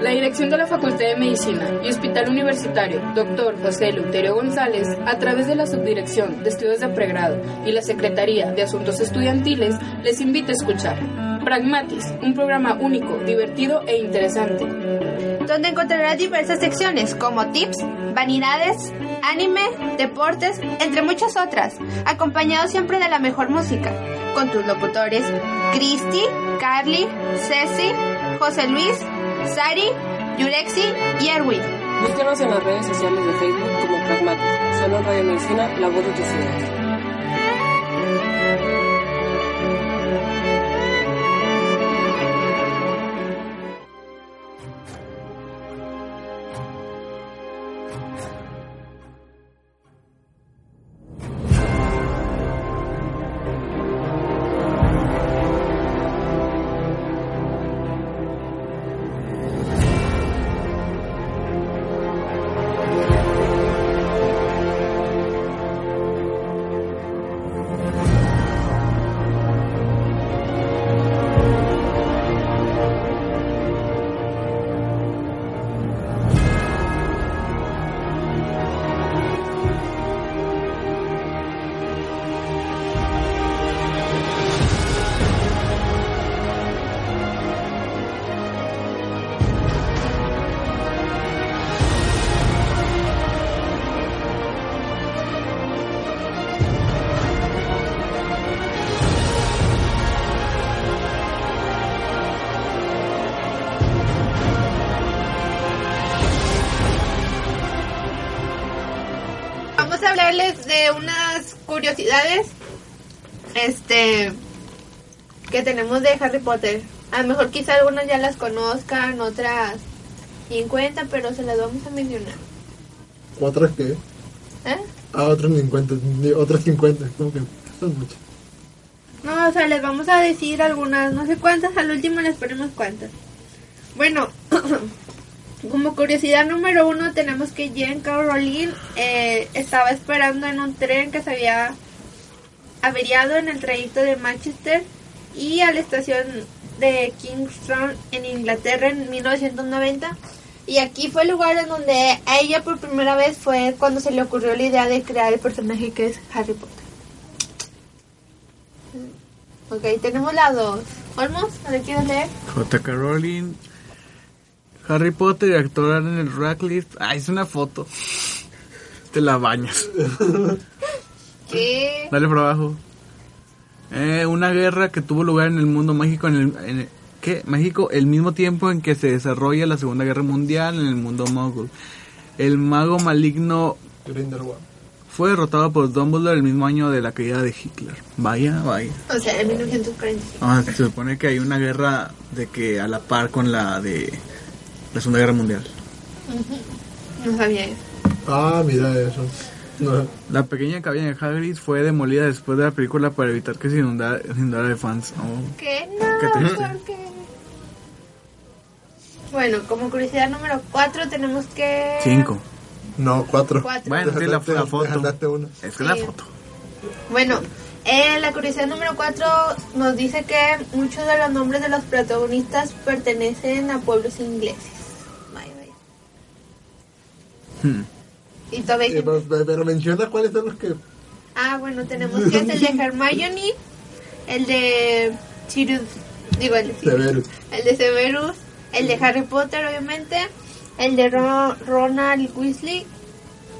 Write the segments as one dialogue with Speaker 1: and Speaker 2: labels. Speaker 1: La dirección de la Facultad de Medicina y Hospital Universitario, Dr. José Luterio González, a través de la Subdirección de Estudios de Pregrado y la Secretaría de Asuntos Estudiantiles, les invita a escuchar Pragmatis, un programa único, divertido e interesante.
Speaker 2: Donde encontrarás diversas secciones como tips, vanidades, anime, deportes, entre muchas otras, acompañado siempre de la mejor música, con tus locutores Cristi, Carly, Ceci, José Luis, Sari, Yurexi y Erwin.
Speaker 3: Búsquenos en las redes sociales de Facebook como Pragmatic, Salón Radio Medicina, la voz de tus ideas.
Speaker 2: Vamos a hablarles de unas curiosidades este que tenemos de Harry Potter. A lo mejor quizá algunas ya las conozcan, otras ni en cuenta, pero se las vamos a mencionar.
Speaker 4: Otras que.
Speaker 2: ¿Eh?
Speaker 4: Ah, otros 50. ni- Otras 50. Como que son muchas.
Speaker 2: No, o sea, les vamos a decir algunas, no sé cuántas, al último les ponemos cuántas. Bueno, como curiosidad número uno tenemos que Jen Rowling eh, estaba esperando en un tren que se había averiado en el trayecto de Manchester y a la estación de Kingston en Inglaterra en 1990. Y aquí fue el lugar en donde a ella por primera vez fue cuando se le ocurrió la idea de crear el personaje que es Harry Potter. Ok, tenemos la 2. Olmos, ¿la quieres leer?
Speaker 5: J.K. Rowling. Harry Potter y actuar en el Radcliffe. Ah, es una foto. Te la bañas.
Speaker 2: ¿Qué?
Speaker 5: Dale para abajo. Eh, una guerra que tuvo lugar en el mundo mágico en el, en el- ¿qué? México el mismo tiempo en que se desarrolla la Segunda Guerra Mundial en el mundo mogul. El mago maligno
Speaker 4: Grindelwald.
Speaker 5: fue derrotado por Dumbledore el mismo año de la caída de Hitler. Vaya, vaya.
Speaker 2: O sea, en 1945.
Speaker 5: Ah, se supone que hay una guerra de que a la par con la de la Segunda Guerra Mundial.
Speaker 2: No sabía eso.
Speaker 4: Ah, mira eso. No,
Speaker 5: La pequeña cabina de Hagrid fue demolida después de la película para evitar que se inundara, se inundara de fans. Oh.
Speaker 2: ¿Qué? No,
Speaker 5: Qué triste.
Speaker 2: ¿por qué? Bueno, como curiosidad número 4 tenemos que...
Speaker 5: Cinco.
Speaker 4: no cuatro.
Speaker 2: Cuatro.
Speaker 5: Bueno, sí, la, la
Speaker 4: Te
Speaker 5: foto.
Speaker 4: saltaste una.
Speaker 5: Es que la
Speaker 2: Sí.
Speaker 5: foto.
Speaker 2: Bueno, eh, la curiosidad número 4 nos dice que muchos de los nombres de los protagonistas pertenecen a pueblos ingleses. Vaya, vaya.
Speaker 5: Hmm.
Speaker 2: Y todavía...
Speaker 4: Eh, pero, pero menciona cuáles son los que.
Speaker 2: Ah, bueno, tenemos que es el de Hermione, el de Sirius, digo, el de, Sirius,
Speaker 4: Severus.
Speaker 2: el de Severus, el de Harry Potter, obviamente, el de Ro- Ronald Weasley,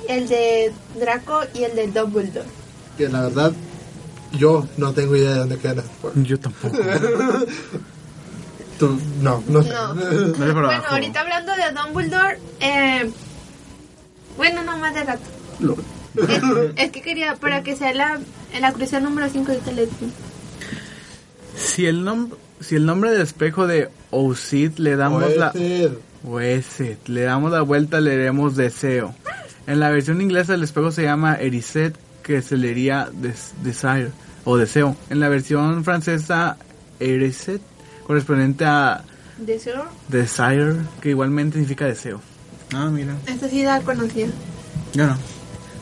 Speaker 2: el de Draco y el de Dumbledore.
Speaker 4: Que la verdad, yo no tengo idea de dónde quedan. esas fotos.
Speaker 5: Yo tampoco.
Speaker 4: Tú, no, no sé.
Speaker 2: No.
Speaker 5: Dale para
Speaker 2: Bueno,
Speaker 5: abajo.
Speaker 2: ahorita hablando de Dumbledore, eh, bueno, no más de rato.
Speaker 4: Lo-
Speaker 2: Es, es que quería, para que sea la, la curiosidad número 5 de Teletón.
Speaker 5: Si el, nom- si el nombre del espejo de Ousid le damos la...
Speaker 4: Oeste.
Speaker 5: Oeset. Le damos la vuelta, leeremos deseo. En la versión inglesa el espejo se llama Eriset, que se leería des- desire o deseo. En la versión francesa Eriset, correspondiente a
Speaker 2: Deseo.
Speaker 5: desire, que igualmente significa deseo. Ah, mira.
Speaker 2: Esta sí da conocida.
Speaker 5: Yo no.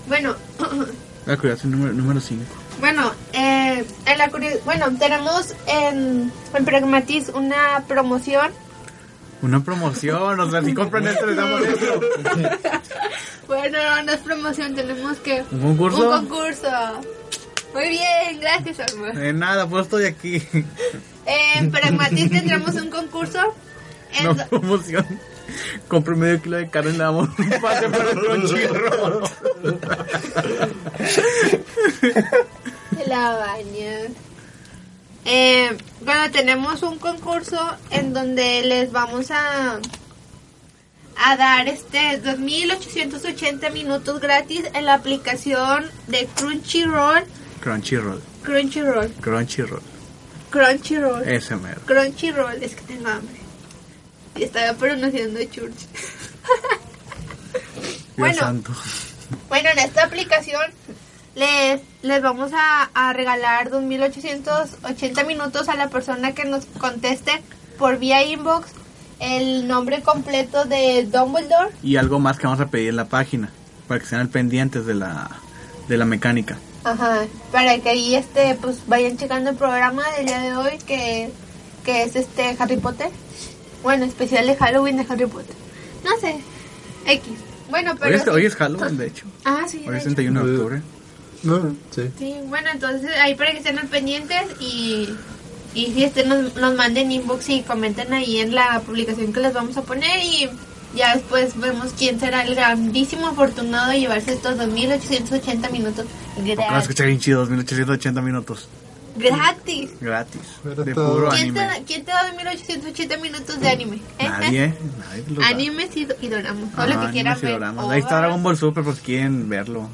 Speaker 2: Bueno,
Speaker 5: La curiosidad número- número 5.
Speaker 2: bueno, eh, en la curio- bueno, tenemos en, en Pragmatiz una promoción.
Speaker 5: Una promoción, o sea, si compran esto les damos esto.
Speaker 2: Bueno, no es promoción, tenemos que...
Speaker 5: ¿Un concurso?
Speaker 2: Un concurso. Muy bien, gracias, amor.
Speaker 5: De nada, pues estoy aquí.
Speaker 2: En Pragmatiz tendremos un concurso. en
Speaker 5: No
Speaker 2: do-
Speaker 5: promoción. Compré medio kilo de carne y le damos un pase para el Crunchyroll.
Speaker 2: Se la baña. Eh, bueno, tenemos un concurso en donde les vamos a a dar este 2880 minutos gratis en la aplicación de Crunchyroll,
Speaker 5: Crunchyroll,
Speaker 2: Crunchyroll,
Speaker 5: Crunchyroll.
Speaker 2: Crunchyroll,
Speaker 5: Ese mero.
Speaker 2: Crunchyroll, es que tengo hambre. Y estaba pronunciando church.
Speaker 5: Dios
Speaker 2: Bueno.
Speaker 5: santo.
Speaker 2: Bueno, en esta aplicación les, les vamos a, a regalar 2880 minutos a la persona que nos conteste por vía inbox el nombre completo de Dumbledore.
Speaker 5: Y algo más que vamos a pedir en la página. Para que sean al pendientes de la, de la mecánica.
Speaker 2: Ajá. Para que ahí este, pues vayan checando el programa del día de hoy que, que es este Harry Potter. Bueno, especial de Halloween de Harry Potter. No sé. X. Bueno,
Speaker 5: Hoy
Speaker 2: pero...
Speaker 5: es,
Speaker 2: sí.
Speaker 5: hoy es Halloween, de hecho.
Speaker 2: Ah, sí.
Speaker 5: Hoy
Speaker 2: de
Speaker 5: es
Speaker 2: hecho.
Speaker 5: 31 de octubre.
Speaker 4: No, sí.
Speaker 2: Sí, bueno, entonces ahí para que estén al pendientes y, y si este nos, nos manden inbox y comenten ahí en la publicación que les vamos a poner y ya después vemos quién será el grandísimo afortunado de llevarse estos 2.880 minutos
Speaker 5: Porque va a
Speaker 2: gratis.
Speaker 5: escuchar bien chido, 2880 minutos.
Speaker 2: gratis.
Speaker 5: Gratis.
Speaker 4: Pero
Speaker 5: De
Speaker 4: todo-
Speaker 5: puro
Speaker 2: ¿Quién te, da,
Speaker 5: anime.
Speaker 2: ¿Quién te da 2.880 minutos de anime? ¿Eh?
Speaker 5: Nadie, nadie lo da.
Speaker 2: Animes y, y doramas, todo
Speaker 5: Ajá,
Speaker 2: lo que quieran
Speaker 5: animes y
Speaker 2: ver.
Speaker 5: doramas.
Speaker 2: Oh,
Speaker 5: Ahí está Dragon Ball Super, pues quieren verlo.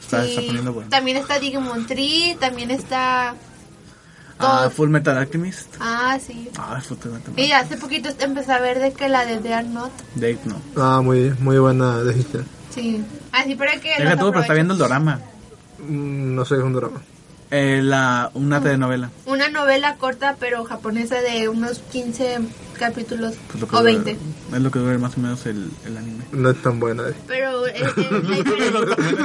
Speaker 5: Está,
Speaker 2: sí.
Speaker 5: está poniendo bueno.
Speaker 2: También está Digimon Tree, también está...
Speaker 5: Ah,
Speaker 2: todo-
Speaker 5: Full Metal Alchemist.
Speaker 2: Ah, sí.
Speaker 5: Ah, Full Metal Alchemist.
Speaker 2: Y hace poquito empecé a ver de que la de Dear Note.
Speaker 5: Dave, no.
Speaker 4: Ah, muy, muy buena decisión.
Speaker 2: Sí. Así para que.
Speaker 5: Deja
Speaker 2: los
Speaker 5: todo, pero está
Speaker 2: aprovechen.
Speaker 5: viendo el dorama.
Speaker 4: Mm, No sé, es un drama.
Speaker 5: Eh, la,
Speaker 2: Oh.
Speaker 5: una telenovela.
Speaker 2: Una novela corta, pero japonesa de unos 15 capítulos
Speaker 5: Pues lo que
Speaker 2: o
Speaker 5: dura-
Speaker 2: 20.
Speaker 5: es lo que dura más o menos el, el anime.
Speaker 4: No es tan buena. eh.
Speaker 2: Pero eh, eh, la, diferencia,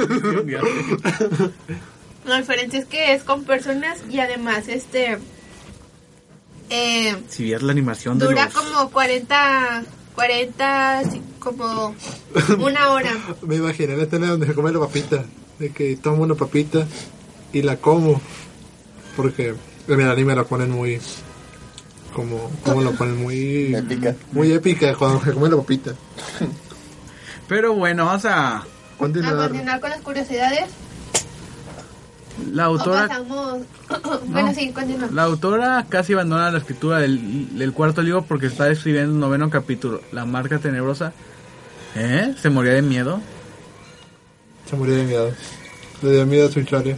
Speaker 2: la diferencia es que es con personas y además este. Eh,
Speaker 5: si vieras la animación de
Speaker 2: dura
Speaker 5: los-
Speaker 2: como 40. 40, así como una hora.
Speaker 4: Me imaginé la escena donde se come la papita. De que tomo una papita y la como. Porque en el anime la ponen muy. Como, como la ponen muy.
Speaker 6: Épica.
Speaker 4: Muy épica cuando se come la papita.
Speaker 5: Pero bueno, vamos a...
Speaker 2: A
Speaker 4: Continuar.
Speaker 2: continuar con las curiosidades.
Speaker 5: La
Speaker 2: o
Speaker 5: autora,
Speaker 2: pasamos. bueno, sí, continuamos.
Speaker 5: la autora casi abandona la escritura del, del cuarto libro porque está escribiendo el noveno capítulo. La marca tenebrosa. ¿Eh? ¿Se moría de miedo?
Speaker 4: Se murió de miedo. Le dio miedo a su historia.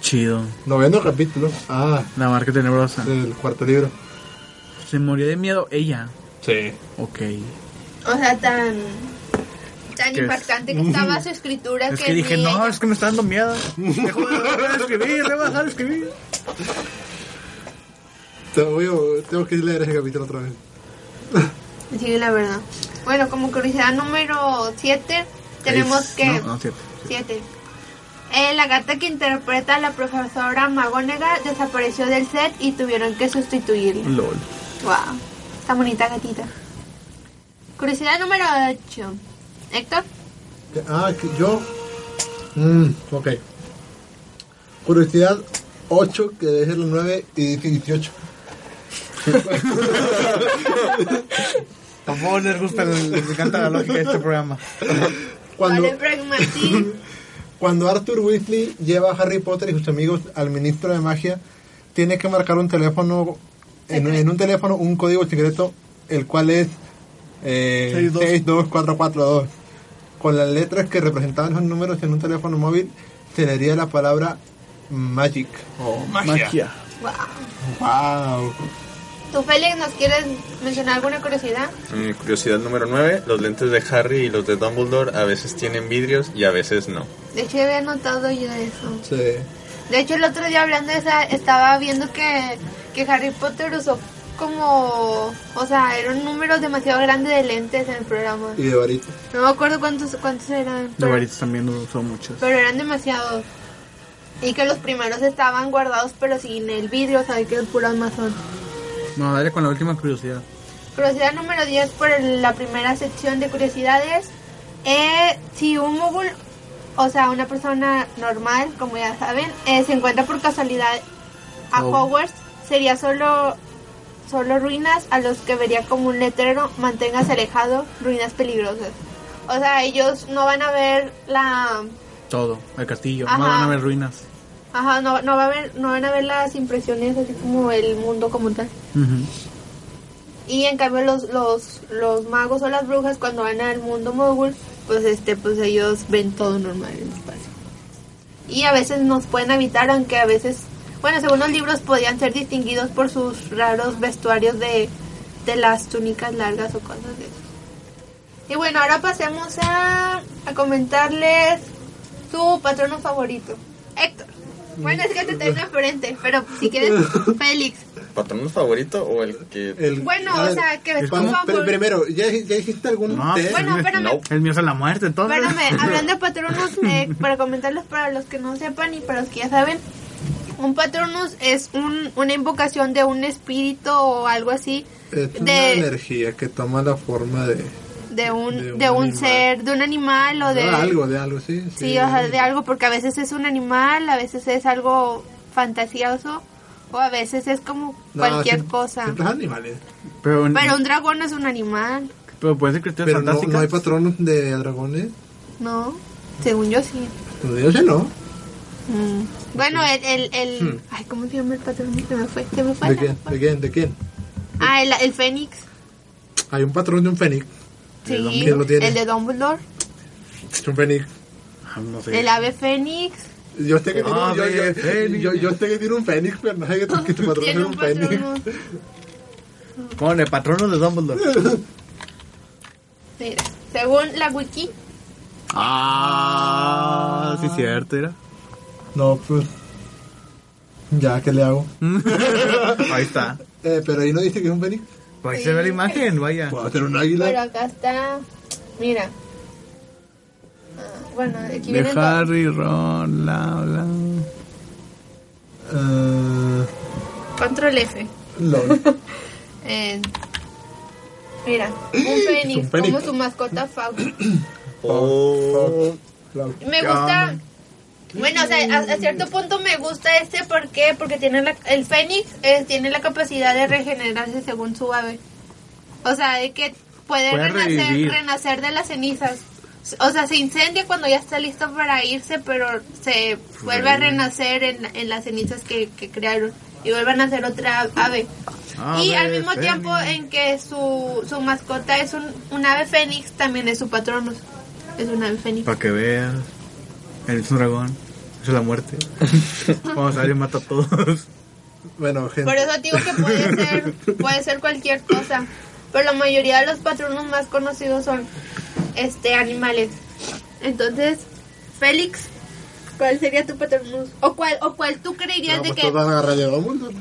Speaker 5: Chido.
Speaker 4: Noveno capítulo. Ah,
Speaker 5: La marca tenebrosa.
Speaker 4: del cuarto libro.
Speaker 5: ¿Se moría de miedo ella?
Speaker 4: Sí.
Speaker 5: Ok.
Speaker 2: O sea, tan tan
Speaker 5: ¿Qué es?
Speaker 2: impactante que estaba su escritura
Speaker 5: Es
Speaker 2: que,
Speaker 5: que dije,
Speaker 2: ni
Speaker 5: no,
Speaker 2: ella-
Speaker 5: es que me está dando miedo. Dejo de dejar de escribir, dejo de dejar de escribir.
Speaker 4: Tengo, tengo que leer ese capítulo otra vez.
Speaker 2: Sí, la verdad. Bueno, como curiosidad número 7, tenemos
Speaker 5: Seis,
Speaker 2: que
Speaker 5: No, no, siete.
Speaker 2: 7. Eh, la gata que interpreta a la profesora Magónega desapareció del set y tuvieron que sustituirla.
Speaker 5: LOL.
Speaker 2: Wow, esta bonita gatita. Curiosidad número 8. Héctor,
Speaker 4: Ah, que yo. Mm, ok. Curiosidad 8, que debe ser la 9 y 18.
Speaker 5: Tampoco les gusta, el- les encanta la lógica de este programa.
Speaker 4: Cuando,
Speaker 2: vale pragmatismo.
Speaker 4: cuando Arthur Weasley lleva a Harry Potter y sus amigos al ministro de magia, tiene que marcar un teléfono, en, en un teléfono, un código secreto, el cual es eh,
Speaker 5: 62.
Speaker 4: 62442. con las letras que representaban los números en un teléfono móvil, tenería la palabra magic o magia.
Speaker 5: Magia.
Speaker 4: Wow.
Speaker 2: ¿Tú, Félix, nos quieres mencionar alguna curiosidad?
Speaker 6: Mm, curiosidad número 9, los lentes de Harry y los de Dumbledore a veces tienen vidrios y a veces no.
Speaker 2: De hecho, ya había notado yo eso.
Speaker 4: Sí.
Speaker 2: De hecho, el otro día hablando de esa, estaba viendo que, que Harry Potter usó como... O sea, era un número demasiado grande de lentes en el programa.
Speaker 4: Y de varita.
Speaker 2: No me acuerdo cuántos, cuántos eran.
Speaker 5: De
Speaker 2: pero-
Speaker 5: varitas también no son muchas.
Speaker 2: pero eran demasiados. Y que los primeros estaban guardados pero sin el vidrio, o sea, que es puro almazón.
Speaker 5: No, dale con la última curiosidad.
Speaker 2: Curiosidad número 10 por el- la primera sección de curiosidades. Eh, si un mogul, o sea, una persona normal, como ya saben, eh, se encuentra por casualidad a
Speaker 5: Oh.
Speaker 2: Hogwarts, sería solo, solo ruinas a los que vería como un letrero, manténgase alejado, ruinas peligrosas. O sea, ellos no van a ver la...
Speaker 5: Todo, el castillo.
Speaker 2: Ajá.
Speaker 5: No van a haber ruinas.
Speaker 2: Ajá, no, no, va a ver, no van a ver las impresiones así como el mundo como tal.
Speaker 5: Ujú.
Speaker 2: Y en cambio los, los, los magos o las brujas cuando van al mundo mogul, pues este, pues ellos ven todo normal en el espacio. Y a veces nos pueden habitar, aunque a veces, bueno, según los libros podían ser distinguidos por sus raros vestuarios de, de las túnicas largas o cosas de eso. Y bueno, ahora pasemos a, a comentarles tu patrono favorito, Héctor. Bueno, es que te tengo enfrente, pero si quieres, Félix.
Speaker 6: ¿Patrón favorito o el que...
Speaker 4: El-
Speaker 2: Bueno,
Speaker 4: a
Speaker 2: o
Speaker 4: ver,
Speaker 2: sea, que
Speaker 4: vamos-
Speaker 2: por
Speaker 4: pero
Speaker 2: favor.
Speaker 4: primero, ¿ya, ya hiciste algún
Speaker 5: No,
Speaker 4: test?
Speaker 2: Bueno, espérame.
Speaker 6: No.
Speaker 5: El mío es a la muerte, entonces.
Speaker 2: Espérame, hablando de patronus, eh, para comentarlos para los que no sepan y para los que ya saben, un patronus es un, una invocación de un espíritu o algo así,
Speaker 4: Es una
Speaker 2: de-
Speaker 4: energía que toma la forma de,
Speaker 2: de un,
Speaker 4: De
Speaker 2: de
Speaker 4: un
Speaker 2: un,
Speaker 4: animal.
Speaker 2: ser, de un animal o de...
Speaker 4: de algo, de algo, sí.
Speaker 2: Sí, o sea, de algo, porque a veces es un animal, a veces es algo fantasioso, o a veces es como
Speaker 4: No,
Speaker 2: cualquier
Speaker 4: siempre-
Speaker 2: cosa.
Speaker 4: Siempre es animales.
Speaker 5: Pero,
Speaker 2: Pero un dragón no es un animal,
Speaker 5: pero puede ser criaturas
Speaker 4: Pero no,
Speaker 5: fantásticas.
Speaker 4: no hay patronos de dragones.
Speaker 2: ¿no? Según yo sí.
Speaker 4: Pues yo sé no.
Speaker 2: Mm. Bueno, el... el, el- Ay, ¿cómo se llama el patronus? Se me fue, se me fue.
Speaker 4: Hmm.
Speaker 2: se me
Speaker 4: ¿De quién?
Speaker 2: fue.
Speaker 4: ¿De quién? ¿De quién?
Speaker 2: Ah, el, el Fénix.
Speaker 4: Hay un patrón de un fénix.
Speaker 2: Sí,
Speaker 4: Dumbledore lo tiene.
Speaker 2: el de Dumbledore.
Speaker 4: Es un fénix.
Speaker 5: Ah, no sé.
Speaker 2: El ave Fénix.
Speaker 4: Yo sé que tiene
Speaker 5: Ah,
Speaker 4: un yo, yo-
Speaker 5: de fénix.
Speaker 4: yo- yo sé que tiene un fénix, pero no sé que tu, que tu patrón es
Speaker 2: Tiene
Speaker 4: un
Speaker 2: un
Speaker 4: fénix.
Speaker 2: patrón.
Speaker 5: Con el patrono de Dumbledore.
Speaker 2: Mira, según la wiki,
Speaker 5: ah, sí, cierto, era.
Speaker 4: No, pues. Ya, ¿qué le hago?
Speaker 5: Ahí está.
Speaker 4: Eh, pero ahí no dice que es un fénix.
Speaker 5: Ahí se ve la imagen, vaya.
Speaker 4: Puedo hacer un
Speaker 2: pero
Speaker 4: águila.
Speaker 2: acá está. Mira. Ah, Bueno, aquí
Speaker 5: De
Speaker 2: viene todo.
Speaker 5: Harry, Ron, la, la.
Speaker 4: Eh,
Speaker 2: Control F.
Speaker 4: LOL.
Speaker 2: Eh, mira, un fénix,
Speaker 4: un fénix.
Speaker 2: como su mascota Fausto.
Speaker 6: Oh,
Speaker 4: Lol.
Speaker 2: Me gusta. Bueno, o sea, a, a cierto punto me gusta este ¿por qué? porque tiene la- el fénix eh, tiene la capacidad de regenerarse según su ave. O sea, de que puede,
Speaker 5: Puede
Speaker 2: renacer,
Speaker 5: revivir.
Speaker 2: renacer de las cenizas. O sea, se incendia cuando ya está listo para irse, pero se vuelve a renacer en, en las cenizas que, que crearon y vuelven a ser otra ave. y
Speaker 5: Ave
Speaker 2: al mismo
Speaker 5: fénix.
Speaker 2: tiempo en que su, su mascota es un, un ave fénix, también es su patrono. Es un ave fénix.
Speaker 5: Para que veas. Él es un dragón. Eso es la muerte. Vamos a ver y mata a todos.
Speaker 4: Bueno, gente.
Speaker 2: Por eso digo que puede ser, puede ser cualquier cosa. Pero la mayoría de los patronos más conocidos son este animales. Entonces, Félix, ¿cuál sería tu patrono? ¿O cuál, o cuál tú creerías
Speaker 4: No,
Speaker 2: de
Speaker 4: pues
Speaker 2: que,
Speaker 4: tú vas a agarrar de Dumbledore.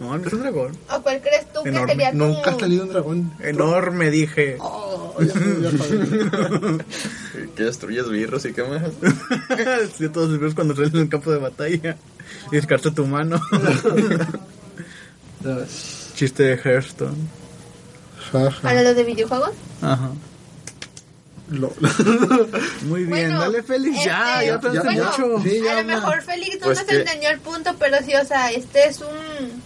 Speaker 5: No, no es un dragón.
Speaker 2: o cuál crees tú que
Speaker 5: Enorme.
Speaker 2: sería tu
Speaker 4: Nunca ha salido un dragón.
Speaker 5: Enorme, dije.
Speaker 4: Oh, ya sé, ya sabes.
Speaker 6: que destruyes birros y qué más.
Speaker 5: Sí, todos los cuando salen en un campo de batalla. Y descarta tu mano.
Speaker 4: Ya.
Speaker 5: Chiste de Hearthstone.
Speaker 4: Ja, ja.
Speaker 2: para los de videojuegos?
Speaker 5: Ajá.
Speaker 4: Lol.
Speaker 5: Muy bien,
Speaker 2: Bueno,
Speaker 5: dale Félix, ya,
Speaker 2: este,
Speaker 5: ya te
Speaker 4: bueno,
Speaker 5: has mucho.
Speaker 4: Sí, ya,
Speaker 2: a lo
Speaker 4: ma.
Speaker 2: mejor Félix no
Speaker 6: Pues
Speaker 2: nos
Speaker 6: que-
Speaker 2: entendió el punto, pero sí, o sea, este es un...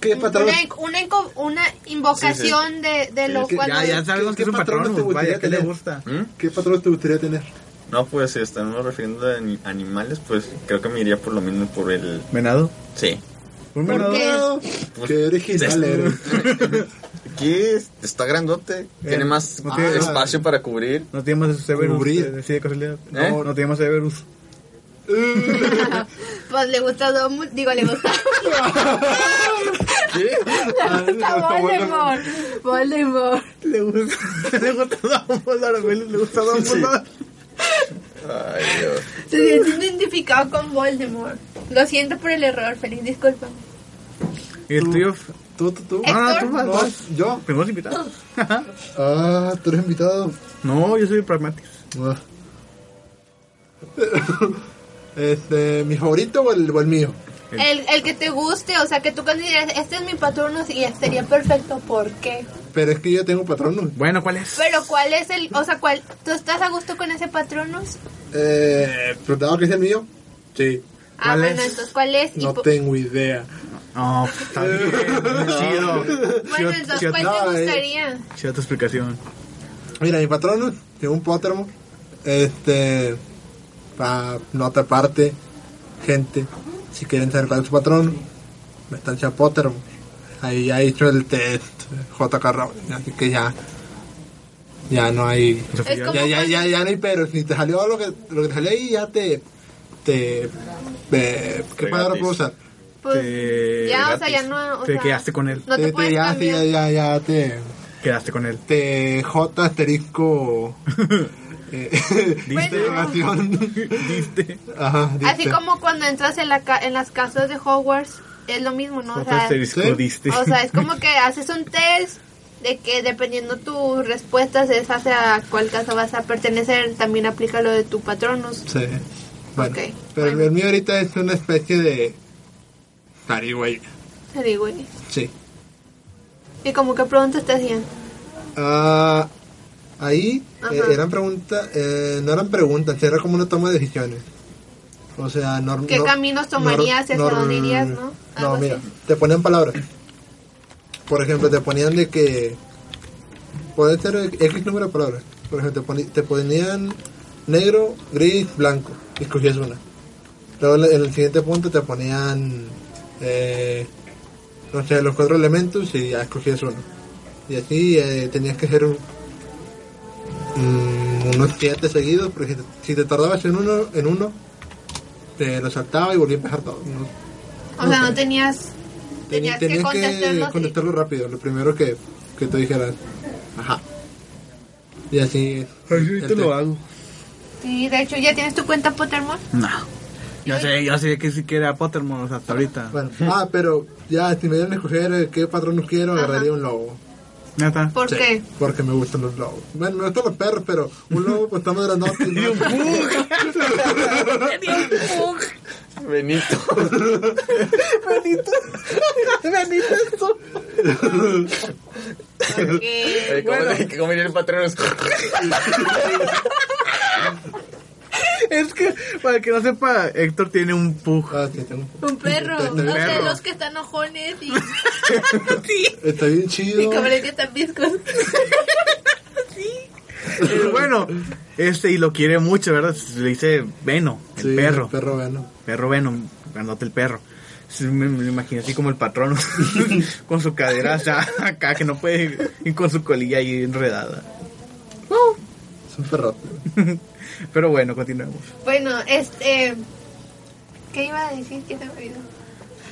Speaker 4: ¿Qué patrón?
Speaker 2: Una, inco- una, inco- una invocación de, de lo
Speaker 6: es que
Speaker 2: cual...
Speaker 5: Ya, ya sabemos
Speaker 4: ¿Qué-
Speaker 5: que es un
Speaker 4: qué patrón
Speaker 5: patrón,
Speaker 4: te gustaría
Speaker 5: vaya, que le
Speaker 4: tener?
Speaker 5: gusta.
Speaker 6: ¿Mm?
Speaker 4: ¿Qué patrón te gustaría tener?
Speaker 6: No, pues si estamos refiriendo a ani- animales, pues creo que me iría por lo mismo por el...
Speaker 5: ¿Venado?
Speaker 6: Sí.
Speaker 5: ¿Un
Speaker 2: ¿Por
Speaker 5: venado?
Speaker 2: qué?
Speaker 4: Qué original eres.
Speaker 6: aquí es- está grandote, tiene más
Speaker 4: Eh, no tiene-
Speaker 6: espacio para cubrir.
Speaker 5: No tiene más Severus.
Speaker 4: Cubrir.
Speaker 5: eh, Sí, de casualidad.
Speaker 6: ¿Eh?
Speaker 5: No, no tiene más Severus.
Speaker 2: Pues le gusta Domus, digo, le gusta.
Speaker 6: ¿Qué?
Speaker 4: Ah,
Speaker 2: le gusta
Speaker 4: hasta
Speaker 2: Voldemort. Voldemort.
Speaker 5: Le gusta, le gusta Dumbledore, güey, le gusta Dumbledore.
Speaker 6: Ay, Dios.
Speaker 2: Se siente identificado con Voldemort. Lo siento por el error, feliz disculpa.
Speaker 5: ¿Y el tuyo?
Speaker 4: Tú, tú, tú.
Speaker 2: Eh.
Speaker 5: Ah, no,
Speaker 2: Héctor.
Speaker 5: tú vas,
Speaker 4: No,
Speaker 5: vas.
Speaker 4: yo.
Speaker 5: Primero invitados.
Speaker 4: Ah, tú eres invitado.
Speaker 5: No, yo soy pragmático.
Speaker 4: Ah. Este, ¿mi favorito o el, o el mío?
Speaker 2: El, el que te guste, o sea, que tú consideres, este es mi patrono y sería perfecto, ¿por qué?
Speaker 4: Pero es que yo tengo patronos.
Speaker 5: Bueno, ¿cuál es?
Speaker 2: Pero ¿cuál es el, o sea, cuál, tú estás a gusto con ese patronus?
Speaker 4: Eh, ¿Pero te hago que es el mío? Sí.
Speaker 2: Ah,
Speaker 5: ¿Cuál
Speaker 2: bueno,
Speaker 5: es?
Speaker 2: entonces, ¿cuál es? Y
Speaker 4: No
Speaker 2: po-
Speaker 4: tengo idea.
Speaker 5: No, está bien. Chido.
Speaker 2: bueno, entonces, pues,
Speaker 5: Chido-
Speaker 2: ¿cuál
Speaker 4: no,
Speaker 2: te
Speaker 4: eh.
Speaker 2: gustaría?
Speaker 5: Chida tu explicación.
Speaker 4: Mira, mi patrono tiene un Pottermore. Este. Para nota aparte, gente, si quieren saber cuál es su patrono, metanse a Pottermore. Ahí ya he hecho el test JK Rowling, así que ya. Ya no hay.
Speaker 2: Es como
Speaker 4: Ya, ya,
Speaker 2: cuando-
Speaker 4: ya, ya no hay pero. Si te salió lo que, lo que te salió ahí, ya te. te eh, ¿Qué
Speaker 6: Regatis.
Speaker 4: palabra puedo usar?
Speaker 2: Pues,
Speaker 5: Te-
Speaker 2: ya, o sea, ya no, o
Speaker 5: Te
Speaker 2: sea,
Speaker 5: quedaste con él.
Speaker 2: No te,
Speaker 4: Te- te-
Speaker 2: puedes
Speaker 4: ya, sí,
Speaker 2: cambiar.
Speaker 4: ya, ya, ya te.
Speaker 5: Quedaste con él.
Speaker 4: Te J asterisco. eh,
Speaker 5: Diste.
Speaker 4: acción.
Speaker 5: Diste.
Speaker 4: Ajá,
Speaker 2: Así
Speaker 4: diste.
Speaker 2: como cuando entras en, la ca- en las casas de Hogwarts, es lo mismo, ¿no? O
Speaker 5: Otra
Speaker 2: sea,
Speaker 5: te discordiste.
Speaker 2: O sea, es como que haces un test de que dependiendo tus respuestas es hacia cuál casa vas a pertenecer, también aplica lo de tu patronus.
Speaker 4: Sí. Bueno,
Speaker 2: Ok,
Speaker 4: pero
Speaker 2: bueno.
Speaker 4: el mío ahorita es una especie de. Tarigüey.
Speaker 2: Sí, güey.
Speaker 4: Sí.
Speaker 2: Y como que preguntas te hacían.
Speaker 4: Ah, ahí
Speaker 2: Ajá.
Speaker 4: eh, eran preguntas. eh, no eran preguntas, era como una toma de decisiones. O sea, no.
Speaker 2: ¿Qué
Speaker 4: no-
Speaker 2: caminos tomarías y hacia dónde irías, no? Algo
Speaker 4: No,
Speaker 2: así.
Speaker 4: mira, te ponían palabras. Por ejemplo, te ponían de que. Puede ser X número de palabras. Por ejemplo, te, poni- te ponían negro, gris, blanco. Y escogías una. Luego en el- en el siguiente punto te ponían. Eh, no sé, los cuatro elementos y ya escogías uno. Y así eh, tenías que hacer un- mm, unos siete seguidos, porque si te, si te tardabas en uno, en uno te lo saltaba y volví a empezar todo. No-
Speaker 2: O sea, no tenías... Tenías, que contestarlo así.
Speaker 4: contestarlo rápido, lo primero que, que te dijeran. Ajá. Y así.
Speaker 5: Así te
Speaker 4: el
Speaker 5: lo
Speaker 4: te-
Speaker 5: hago.
Speaker 2: Sí, de hecho, ¿ya tienes tu cuenta Pottermore?
Speaker 5: No. Yo sé, yo sé que sí que era Pottermore o sea, hasta ahorita.
Speaker 4: Bueno, ah, pero ya, si me dieran a escoger eh, qué patrón quiero, agarraría un lobo.
Speaker 5: Nata.
Speaker 2: ¿Por
Speaker 4: Sí,
Speaker 2: qué?
Speaker 4: Porque me gustan los lobos. Bueno, me gustan los perros, pero un lobo pues está más grandote. ¿no?
Speaker 6: Benito.
Speaker 2: Porque...
Speaker 6: Eh, ¿Cómo, cómo venía el patrón?
Speaker 5: Es que, para el que no sepa, Héctor tiene un pug.
Speaker 4: Ah, sí, tengo.
Speaker 2: Un perro,
Speaker 4: Un
Speaker 2: o sea,
Speaker 5: perro.
Speaker 2: los que están ojones y, sí,
Speaker 4: Está bien
Speaker 2: y
Speaker 4: chido.
Speaker 2: cabrería también. con-
Speaker 5: Eh, bueno, este, y lo quiere mucho, ¿verdad? Le dice Veno, el
Speaker 4: Sí,
Speaker 5: perro.
Speaker 4: El perro bueno.
Speaker 5: Perro Venom, grandote el perro. Sí, Me, me lo imaginé así como el patrón, con su cadera hacia acá, que no puede, y con su colilla ahí enredada.
Speaker 4: Es un perrote.
Speaker 5: Pero bueno, continuemos.
Speaker 2: Bueno, este. ¿Qué iba a decir? ¿Qué se me olvidó?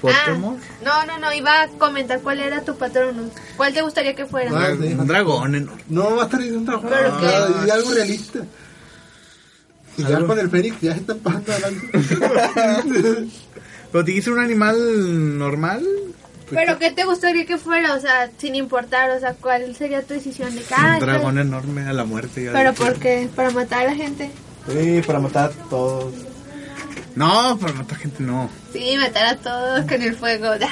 Speaker 5: Pottermore.
Speaker 2: Ah, no, no, no, iba a comentar cuál era tu patrono. ¿Cuál te gustaría que fuera?
Speaker 4: Ah, sí.
Speaker 5: un dragón enorme.
Speaker 4: No, va a estar diciendo un
Speaker 2: ¿Pero
Speaker 4: trabajo.
Speaker 2: qué?
Speaker 4: Y algo realista. Ah, Y ya con el Fénix ya se están pasando adelante.
Speaker 5: ¿Pero te hice un animal normal? pues
Speaker 2: Pero ¿qué te gustaría que fuera? O sea, sin importar, o sea, ¿cuál sería tu decisión de
Speaker 5: Un
Speaker 2: cada
Speaker 5: dragón enorme a la muerte. ya
Speaker 2: ¿Pero
Speaker 5: dije.
Speaker 2: por qué? ¿Para matar a la gente?
Speaker 5: Sí, para matar a todos. No, para matar gente no.
Speaker 2: Sí, matar a todos con el fuego.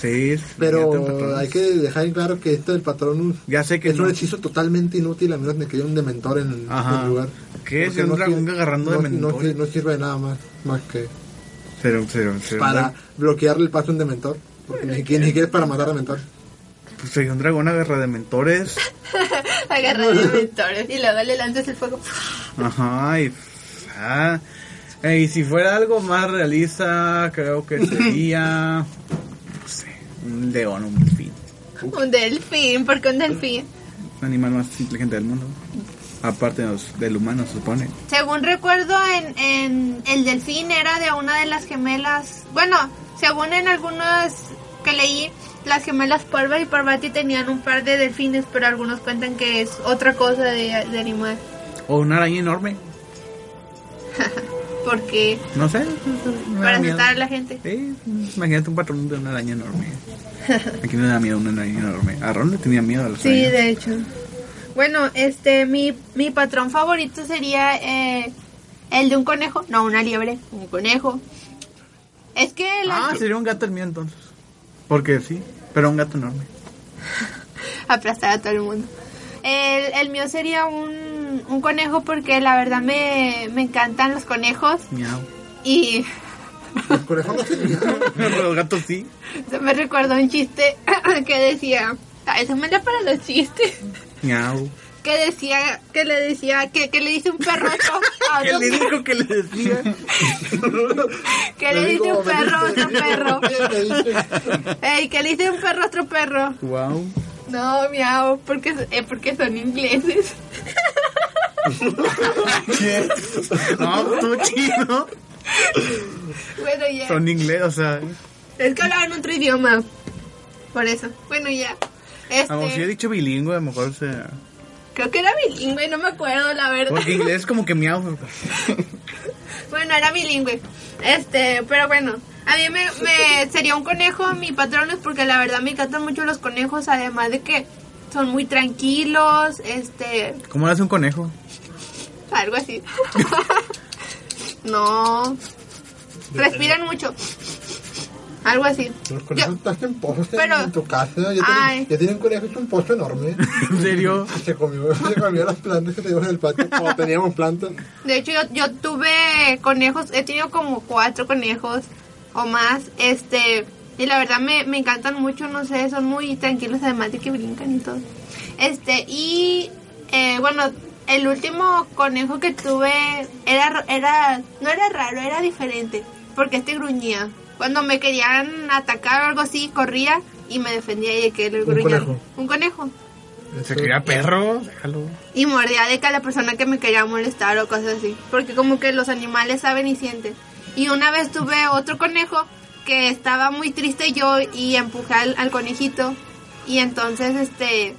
Speaker 5: Sí, es- ya te
Speaker 4: Pero
Speaker 5: empató.
Speaker 4: hay que dejar en claro que esto del Patronus
Speaker 5: Ya sé que
Speaker 4: es
Speaker 5: no.
Speaker 4: un hechizo totalmente inútil a menos de que haya un dementor en el,
Speaker 5: Ajá.
Speaker 4: en el lugar.
Speaker 5: ¿Qué? Si
Speaker 4: Porque
Speaker 5: un dragón
Speaker 4: sir-
Speaker 5: agarrando
Speaker 4: no- No,
Speaker 5: dementores.
Speaker 4: sir- no sirve de nada más, más que
Speaker 5: Pero, pero, pero-
Speaker 4: para bloquearle el paso a un dementor. Porque ni siquiera, ni siquiera es para matar a dementor.
Speaker 5: Pues soy un dragón agarra de mentores.
Speaker 2: Agarrar el mentores y luego le lanzas el fuego.
Speaker 5: Ajá, y. ah. Eh, y si fuera algo más realista, creo que sería. No sé, un león, un fin.
Speaker 2: Un delfín, porque un delfín.
Speaker 5: El animal más inteligente del mundo. Aparte de los- del humano, se supone.
Speaker 2: Según recuerdo, en, en el delfín era de una de las gemelas. Bueno, según en algunos que leí, las gemelas Parva y Parvati tenían un par de delfines, pero algunos cuentan que es otra cosa de, de animal.
Speaker 5: O una araña enorme.
Speaker 2: Porque
Speaker 5: No sé. me da
Speaker 2: para
Speaker 5: miedo.
Speaker 2: asustar a la gente.
Speaker 5: Sí, imagínate un patrón de una araña enorme. Aquí no le da miedo una araña enorme. A Ron le tenía miedo a las
Speaker 2: Sí,
Speaker 5: arañas.
Speaker 2: de hecho. Bueno, este, mi, mi patrón favorito sería eh, el de un conejo, no una liebre, un conejo. Es que la-
Speaker 5: Ah, sería un gato el mío entonces. Porque sí, pero un gato enorme.
Speaker 2: aplastar a todo el mundo. El, el mío sería un, un conejo porque la verdad me, me encantan los conejos
Speaker 5: Miau.
Speaker 2: y
Speaker 4: El conejo no tenía.
Speaker 5: los gatos sí.
Speaker 2: se me recordó un chiste que decía, "Ah, eso me da para los chistes,
Speaker 5: Miau.
Speaker 2: que decía, que le decía, que, que le dice un perro a
Speaker 5: ¿Qué
Speaker 2: otro
Speaker 5: le dijo que le decía?
Speaker 2: ¿Qué le dice un perro a otro perro?
Speaker 4: Le dice,
Speaker 2: Ey, ¿qué le dice un perro a otro perro?
Speaker 5: wow.
Speaker 2: No, miau, porque, eh, porque son ingleses.
Speaker 5: ¿Qué? No, pues, estuvo chido.
Speaker 2: Bueno, ya.
Speaker 5: Son inglés, o sea.
Speaker 2: Es que hablaban otro idioma. Por eso. Bueno, ya. Este,
Speaker 5: A lo mejor si he dicho bilingüe, a lo mejor sea.
Speaker 2: Creo que era bilingüe, no me acuerdo, la verdad.
Speaker 5: Porque inglés es como que miau.
Speaker 2: Bueno, era bilingüe. Este, pero bueno. A mí me, me- sería un conejo mi patrón es porque la verdad me encantan mucho los conejos, además de que son muy tranquilos, este,
Speaker 5: ¿Cómo lo hace un conejo?
Speaker 2: Algo así. no. Respiran mucho. Algo así.
Speaker 4: Los conejos están en poste
Speaker 2: Pero-
Speaker 4: en tu casa. Ya
Speaker 2: Ay.
Speaker 4: tienen, ya tienen conejo hecho un poste enorme.
Speaker 5: ¿En serio?
Speaker 4: Se comió, se comió las plantas que teníamos en el patio. Cuando teníamos plantas.
Speaker 2: De hecho, yo, yo tuve conejos. He tenido como cuatro conejos o más. Este. Y la verdad me, me encantan mucho. No sé, son muy tranquilos. Además de que brincan y todo. Este. Y. eh, bueno. El último conejo que tuve era, era, no era raro, era diferente, porque este gruñía. Cuando me querían atacar o algo así, corría y me defendía y de que el
Speaker 4: Un
Speaker 2: gruñón.
Speaker 4: conejo.
Speaker 2: Un conejo.
Speaker 5: Se cría perro. Déjalo.
Speaker 2: Y mordía de que a la persona que me quería molestar o cosas así. Porque como que los animales saben y sienten. Y una vez tuve otro conejo que estaba muy triste yo y empujé al, al conejito. Y entonces, este,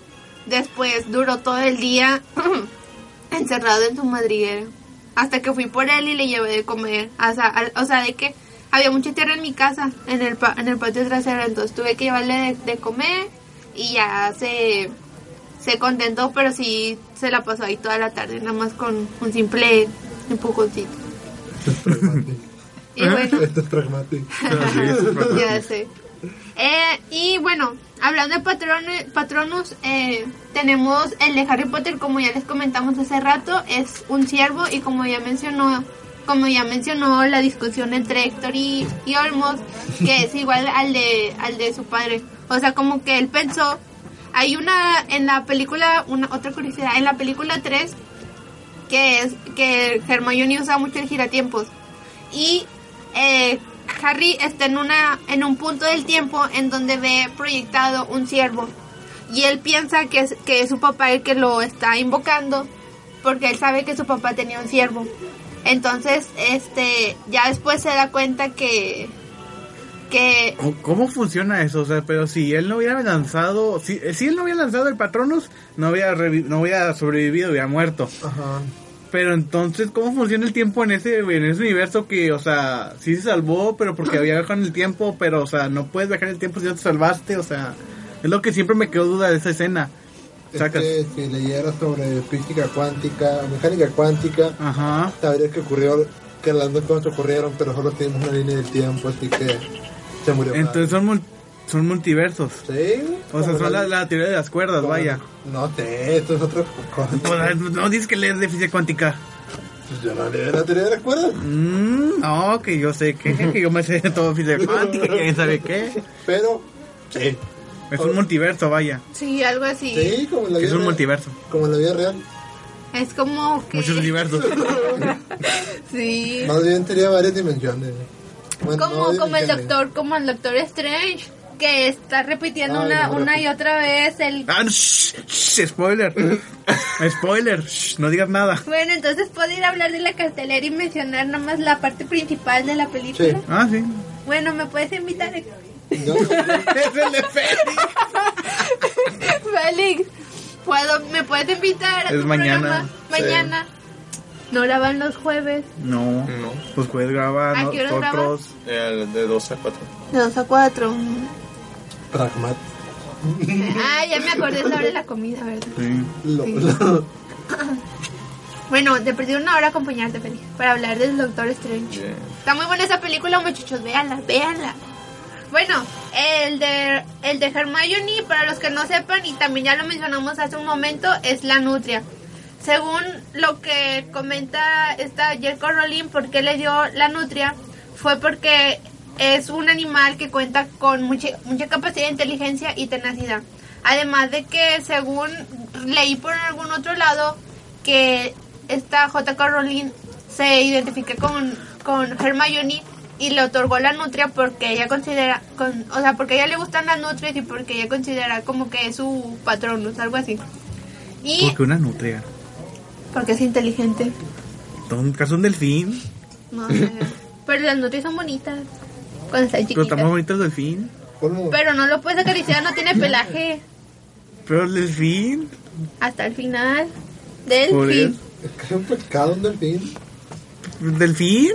Speaker 2: después duró todo el día encerrado en su madriguera. Hasta que fui por él y le llevé de comer. O sea, al- o sea de que había mucha tierra en mi casa, en el, pa- en el patio trasero. Entonces tuve que llevarle de, de comer y ya se, se contentó, pero sí se la pasó ahí toda la tarde, nada más con un simple empujoncito.
Speaker 4: Esto es
Speaker 2: Y
Speaker 4: pragmático.
Speaker 2: bueno,
Speaker 4: Esto es pragmático.
Speaker 2: ya sé. Eh, y bueno, hablando de patrones, patronos, eh, tenemos el de Harry Potter, como ya les comentamos hace rato, es un ciervo y como ya mencionó, como ya mencionó la discusión entre Héctor y, y Olmos, que es igual al de, al de su padre. O sea, como que él pensó, hay una, en la película, una otra curiosidad, en la película 3, que es que Hermione usa mucho el giratiempos y eh, Harry está en una en un punto del tiempo en donde ve proyectado un ciervo y él piensa que es, que es su papá el que lo está invocando porque él sabe que su papá tenía un ciervo entonces este ya después se da cuenta que que
Speaker 5: ¿Cómo- ¿Cómo funciona eso? O sea, pero si él no hubiera lanzado, si, eh, si él no hubiera lanzado el Patronus, no hubiera, revi- no hubiera sobrevivido, hubiera muerto.
Speaker 4: Ajá.
Speaker 5: Pero entonces, ¿cómo funciona el tiempo en ese, en ese universo que, o sea, sí se salvó, pero porque había viajado en el tiempo, pero, o sea, no puedes viajar en el tiempo si no te salvaste, o sea, es lo que siempre me quedó duda de esa escena. Sacas.
Speaker 4: Es Este, que si leyeras sobre física cuántica, mecánica cuántica,
Speaker 5: Ajá.
Speaker 4: sabrías que ocurrió, que las dos cosas ocurrieron, pero solo tenemos una línea del tiempo, así que se murió. Harry.
Speaker 5: Entonces son, mul- son multiversos.
Speaker 4: Sí.
Speaker 5: O sea, son la, la teoría de las cuerdas,
Speaker 4: como-
Speaker 5: vaya.
Speaker 4: No sé, esto es otra
Speaker 5: O sea,
Speaker 4: cosa.
Speaker 5: no dices que lees déficit cuántica.
Speaker 4: Yo no leo la teoría de las cuerdas.
Speaker 5: Mm, no, que yo sé que, que yo me sé de todo física cuántica, que sabe qué.
Speaker 4: Pero, sí.
Speaker 5: Es un multiverso, vaya.
Speaker 2: sí algo así
Speaker 4: Sí, como en la
Speaker 5: Es
Speaker 4: vida
Speaker 5: un
Speaker 4: real.
Speaker 5: multiverso.
Speaker 4: Como en la vida real.
Speaker 2: es como que
Speaker 5: Muchos universos.
Speaker 2: sí
Speaker 4: Más bien tenía varias dimensiones. Bueno,
Speaker 2: como
Speaker 4: no
Speaker 2: como el
Speaker 4: dimensiones.
Speaker 2: doctor como el doctor Strange que está repitiendo
Speaker 4: Ay,
Speaker 2: una,
Speaker 4: no,
Speaker 2: una
Speaker 4: pero-
Speaker 2: y otra vez el...
Speaker 7: Ah, no, shh, shh, spoiler. spoiler, shh, no digas nada.
Speaker 2: Bueno, entonces puedo ir a hablar de la cartelera y mencionar nada más la parte principal de la película.
Speaker 4: Sí.
Speaker 7: Ah, sí.
Speaker 2: Bueno, ¿me puedes invitar? Héctor?
Speaker 4: No,
Speaker 7: es el de Félix.
Speaker 2: Félix, ¿puedo, ¿me puedes invitar a
Speaker 7: Es
Speaker 2: tu
Speaker 7: mañana,
Speaker 2: programa?
Speaker 7: sí.
Speaker 2: Mañana. No graban los jueves.
Speaker 7: No,
Speaker 6: No.
Speaker 7: pues puedes grabar
Speaker 2: ¿A
Speaker 7: ¿no?
Speaker 2: qué hora grabas?
Speaker 7: otros.
Speaker 6: Eh, de 12 a 4.
Speaker 2: De 2 a 4.
Speaker 4: Pragmat.
Speaker 2: Ah, ya me acordé sobre la comida, ¿verdad?
Speaker 7: Sí.
Speaker 4: Lo- lo-
Speaker 2: Bueno, te perdí una hora acompañarte, Félix, para hablar del Doctor Strange.
Speaker 6: Bien.
Speaker 2: Está muy buena esa película, muchachos, véanla, véanla. Bueno, el de, el de Hermione, para los que no sepan, y también ya lo mencionamos hace un momento, es la nutria. Según lo que comenta esta Jerko Rowling, ¿por qué le dio la nutria? Fue porque es un animal que cuenta con mucha, mucha capacidad de inteligencia y tenacidad. Además de que, según leí por algún otro lado, que esta J.K. Rowling se identifica con, con Hermione y le otorgó la nutria porque ella considera, con, o sea, porque a ella le gustan las nutrias y porque ella considera como que es su patrón, o sea, algo así. Y
Speaker 7: Porque una nutria.
Speaker 2: porque es inteligente.
Speaker 7: Todo un caso un delfín.
Speaker 2: No sé. Pero las nutrias son bonitas. Cuando están
Speaker 7: Pero está
Speaker 2: chiquitas.
Speaker 7: más bonito el delfín.
Speaker 4: ponlo.
Speaker 2: Pero no lo puedes acariciar, no tiene pelaje.
Speaker 7: Pero el delfín.
Speaker 2: Hasta el final. Del
Speaker 7: Por
Speaker 2: fin.
Speaker 4: Es que es un pecado un delfín.
Speaker 7: ¿El pues, delfín?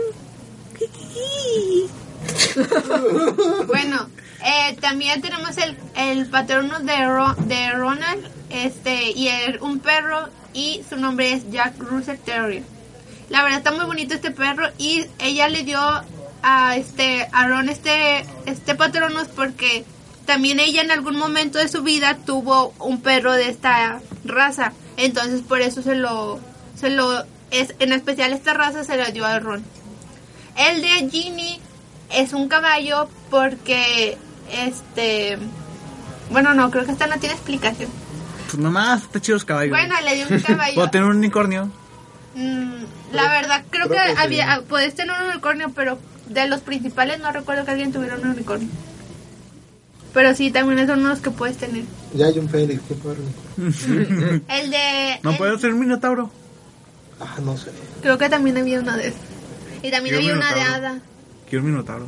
Speaker 2: Bueno, eh, también tenemos el, el patrono de, Ro- de Ronald. Este, y el- un perro. Y su nombre es Jack Russell Terrier. La verdad está muy bonito este perro. Y ella le dio a este a Ron este, este patronos porque también ella en algún momento de su vida tuvo un perro de esta raza. Entonces por eso se lo, se lo, es, en especial esta raza se la dio a Ron. El de Ginny es un caballo porque este bueno no creo que esta no tiene explicación.
Speaker 7: Pues nomás, está chido los caballos.
Speaker 2: Bueno, le dio un caballo.
Speaker 7: Puedo tener un unicornio.
Speaker 2: Mm, la verdad creo,
Speaker 4: creo
Speaker 2: que,
Speaker 4: que sí.
Speaker 2: había ah, podés tener un unicornio, pero de los principales no recuerdo que alguien tuviera un unicornio. Pero sí, también son unos que puedes tener.
Speaker 4: Ya hay un Félix, qué padre.
Speaker 2: El de
Speaker 7: No
Speaker 2: el-
Speaker 7: puedo ser un minotauro.
Speaker 4: Ah, no sé.
Speaker 2: creo que también había uno de esos. Y también
Speaker 7: Yo
Speaker 2: había
Speaker 7: me
Speaker 2: una de
Speaker 7: notaba.
Speaker 2: hada.
Speaker 7: Quiero un minotauro.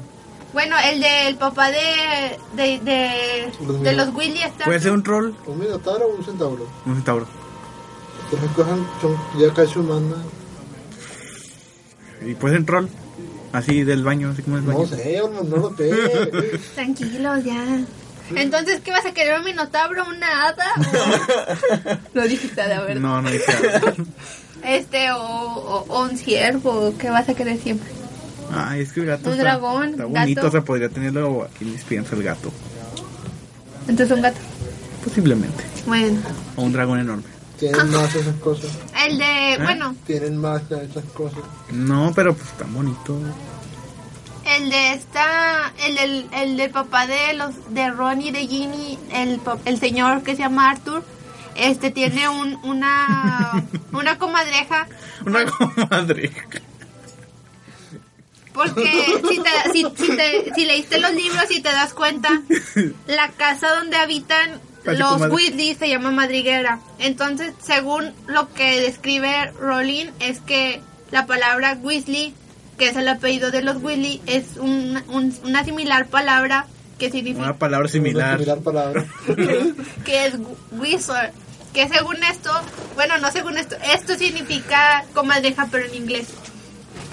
Speaker 2: Bueno, el del papá de de de,
Speaker 4: Los
Speaker 2: de
Speaker 4: Willy.
Speaker 2: los Willy está
Speaker 7: Puede ser un troll.
Speaker 4: ¿Un minotauro o un centauro?
Speaker 7: Un centauro.
Speaker 4: Esas cosas son ya casi humanas.
Speaker 7: Y puede ser un troll. Así del baño, así como el baño.
Speaker 4: No sé, no, no lo sé.
Speaker 2: Tranquilo, ya. Entonces, ¿qué vas a querer? ¿Un minotauro? ¿Una hada? o- Lo dijiste, la verdad.
Speaker 7: No, no dice nada.
Speaker 2: Este, o, o- o un ciervo, ¿qué vas a querer siempre?
Speaker 7: Ay, es que el gato
Speaker 2: Un
Speaker 7: está,
Speaker 2: dragón,
Speaker 7: está
Speaker 2: gato.
Speaker 7: bonito. O sea, podría tenerlo aquí les piensa el gato.
Speaker 2: Entonces, un gato.
Speaker 7: Posiblemente.
Speaker 2: Bueno.
Speaker 7: O un dragón enorme.
Speaker 4: Tienen más esas cosas.
Speaker 2: El de, bueno,
Speaker 4: Tienen más esas cosas.
Speaker 7: No, pero pues tan bonito.
Speaker 2: el de esta, el del, el del papá de los, de Ronnie, de Ginny, el, pa- el señor que se llama Arthur, este, tiene un, una, una comadreja
Speaker 7: Una comadre.
Speaker 2: Porque si, te- si, si te- si leíste los libros y te das cuenta, la casa donde habitan
Speaker 7: Casi
Speaker 2: los
Speaker 7: comadre.
Speaker 2: Weasley se llama madriguera. Entonces, según lo que describe Rowling, es que la palabra Weasley, que es el apellido de los Weasley, es un- un- una similar palabra que significa
Speaker 7: Una palabra similar.
Speaker 4: Una similar palabra.
Speaker 2: que es gu- wizard. Que según esto, bueno, no según esto, esto significa comadreja, pero en inglés.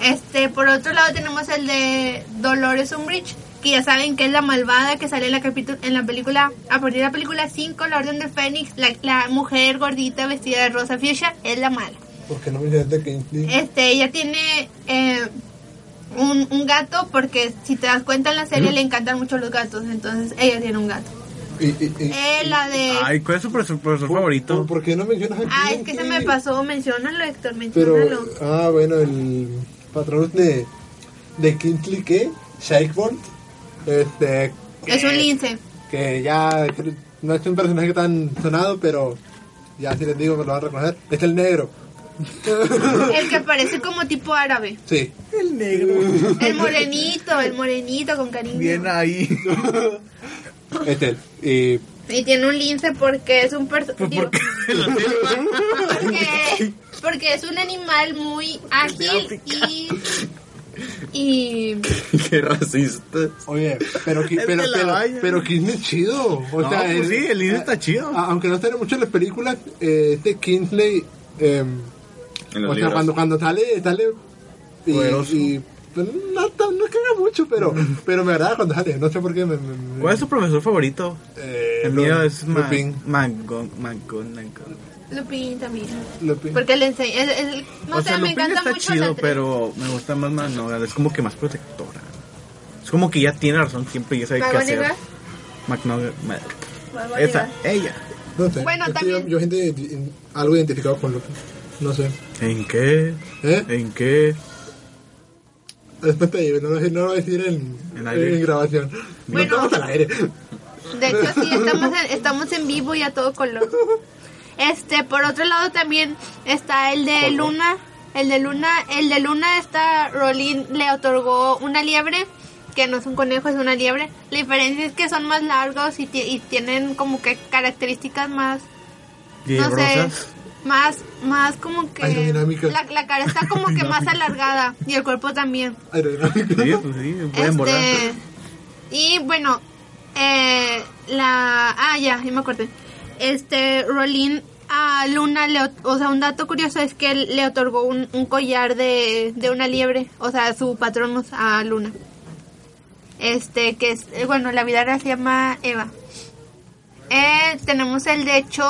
Speaker 2: Este, por otro lado tenemos el de Dolores Umbridge, que ya saben que es la malvada que sale en la, capitu- en la película, a partir de la película 5, La Orden del Fénix, la, la mujer gordita vestida de rosa fuchsia es la mala.
Speaker 4: ¿Por qué no me dijiste que Kingsley?
Speaker 2: Este, ella tiene eh, un, un gato porque si te das cuenta en la serie le encantan mucho los gatos, entonces ella tiene un gato.
Speaker 4: Y, y, y,
Speaker 2: Eh, la de...
Speaker 7: Ay, ¿cuál es su profesor, profesor
Speaker 4: ¿Por-
Speaker 7: favorito?
Speaker 4: ¿Por, por qué no mencionas a
Speaker 2: Ah, es que se me
Speaker 4: Kingsley?
Speaker 2: pasó, menciónalo Héctor,
Speaker 4: Pero,
Speaker 2: menciónalo.
Speaker 4: ah, bueno, el patrón de, de Kingsley, ¿qué? Shakebolt. Este. que-
Speaker 7: eh,
Speaker 2: Es un lince.
Speaker 4: Que ya no es un personaje tan sonado, pero ya si les digo me lo van a reconocer. Es el negro.
Speaker 2: El que parece como tipo árabe.
Speaker 4: Sí.
Speaker 7: El negro. ah.
Speaker 2: El morenito, el morenito con cariño.
Speaker 7: Bien ahí.
Speaker 4: Este, y
Speaker 2: Y tiene un lince porque es un
Speaker 7: Pues,
Speaker 2: personaje.
Speaker 7: ¿Por qué la selva?
Speaker 2: porque, porque es un animal muy ágil y. Y.
Speaker 6: Qué racista.
Speaker 4: Oye, pero que,
Speaker 7: Es
Speaker 4: pero,
Speaker 7: de la
Speaker 4: pero,
Speaker 7: valla.
Speaker 4: pero Kingsman es chido. O
Speaker 7: No,
Speaker 4: sea,
Speaker 7: pues
Speaker 4: es-
Speaker 7: sí, el líder está chido.
Speaker 4: a- aunque no sale mucho en las películas, eh, este Kingsley, eh,
Speaker 6: En los
Speaker 4: o sea,
Speaker 6: libros.
Speaker 4: cuando, cuando sale, sale y,
Speaker 7: Poderoso.
Speaker 4: y- pues, no, tan- no caga mucho, pero, pero me agrada cuando sale. No sé por qué. Me, me- me-
Speaker 7: ¿Cuál es tu profesor favorito?
Speaker 4: eh,
Speaker 7: Pues, El mío
Speaker 4: Lu-
Speaker 7: es Ma-
Speaker 4: Lupin.
Speaker 7: Mangon- McGonagall.
Speaker 2: Lupin también.
Speaker 4: Lupin.
Speaker 2: Porque le enseña. es- es- no
Speaker 7: o
Speaker 2: sé,
Speaker 7: sea,
Speaker 2: me
Speaker 7: Lupin
Speaker 2: encanta
Speaker 7: está
Speaker 2: mucho
Speaker 7: chido,
Speaker 2: la actriz.
Speaker 7: pero me gusta más McGonagall. Es como que más protectora. Es como que ya tiene razón siempre y ya sabe qué hacer.
Speaker 2: ¿McGonagall?
Speaker 7: McGonagall. Ma-
Speaker 2: McGonagall.
Speaker 7: Esa, ella.
Speaker 4: No sé,
Speaker 2: Bueno,
Speaker 4: es que
Speaker 2: también-
Speaker 4: Yo, yo gente in- algo identificado con Lupin. No sé.
Speaker 7: ¿En qué?
Speaker 4: ¿Eh?
Speaker 7: ¿En qué?
Speaker 4: Después te digo, no, lo- no lo voy a decir en,
Speaker 7: En aire.
Speaker 4: en grabación.
Speaker 2: Bueno.
Speaker 4: No estamos al aire.
Speaker 2: De hecho, sí, estamos en, estamos en vivo y a todo color. Este, por otro lado también está el de Luna. El de Luna, el de Luna está, Rolín le otorgó una liebre, que no es un conejo, es una liebre. La diferencia es que son más largos y, ti- y tienen como que características más, no sé,
Speaker 7: Rosas?
Speaker 2: más, más como que...
Speaker 4: Aerodinámicas.
Speaker 2: La, la cara está como que más alargada y el cuerpo también.
Speaker 4: Aerodinámica.
Speaker 7: Sí, pues sí, pueden volar.
Speaker 2: Este, y bueno, eh, la. Ah, ya, ya me acordé. Este, Rolín a Luna, le, ot- o sea, un dato curioso es que él le otorgó un, un collar de, de una liebre, o sea, su patronus a Luna. Este, que es, eh, bueno, la vida se llama Eva. Eh, tenemos el de Cho,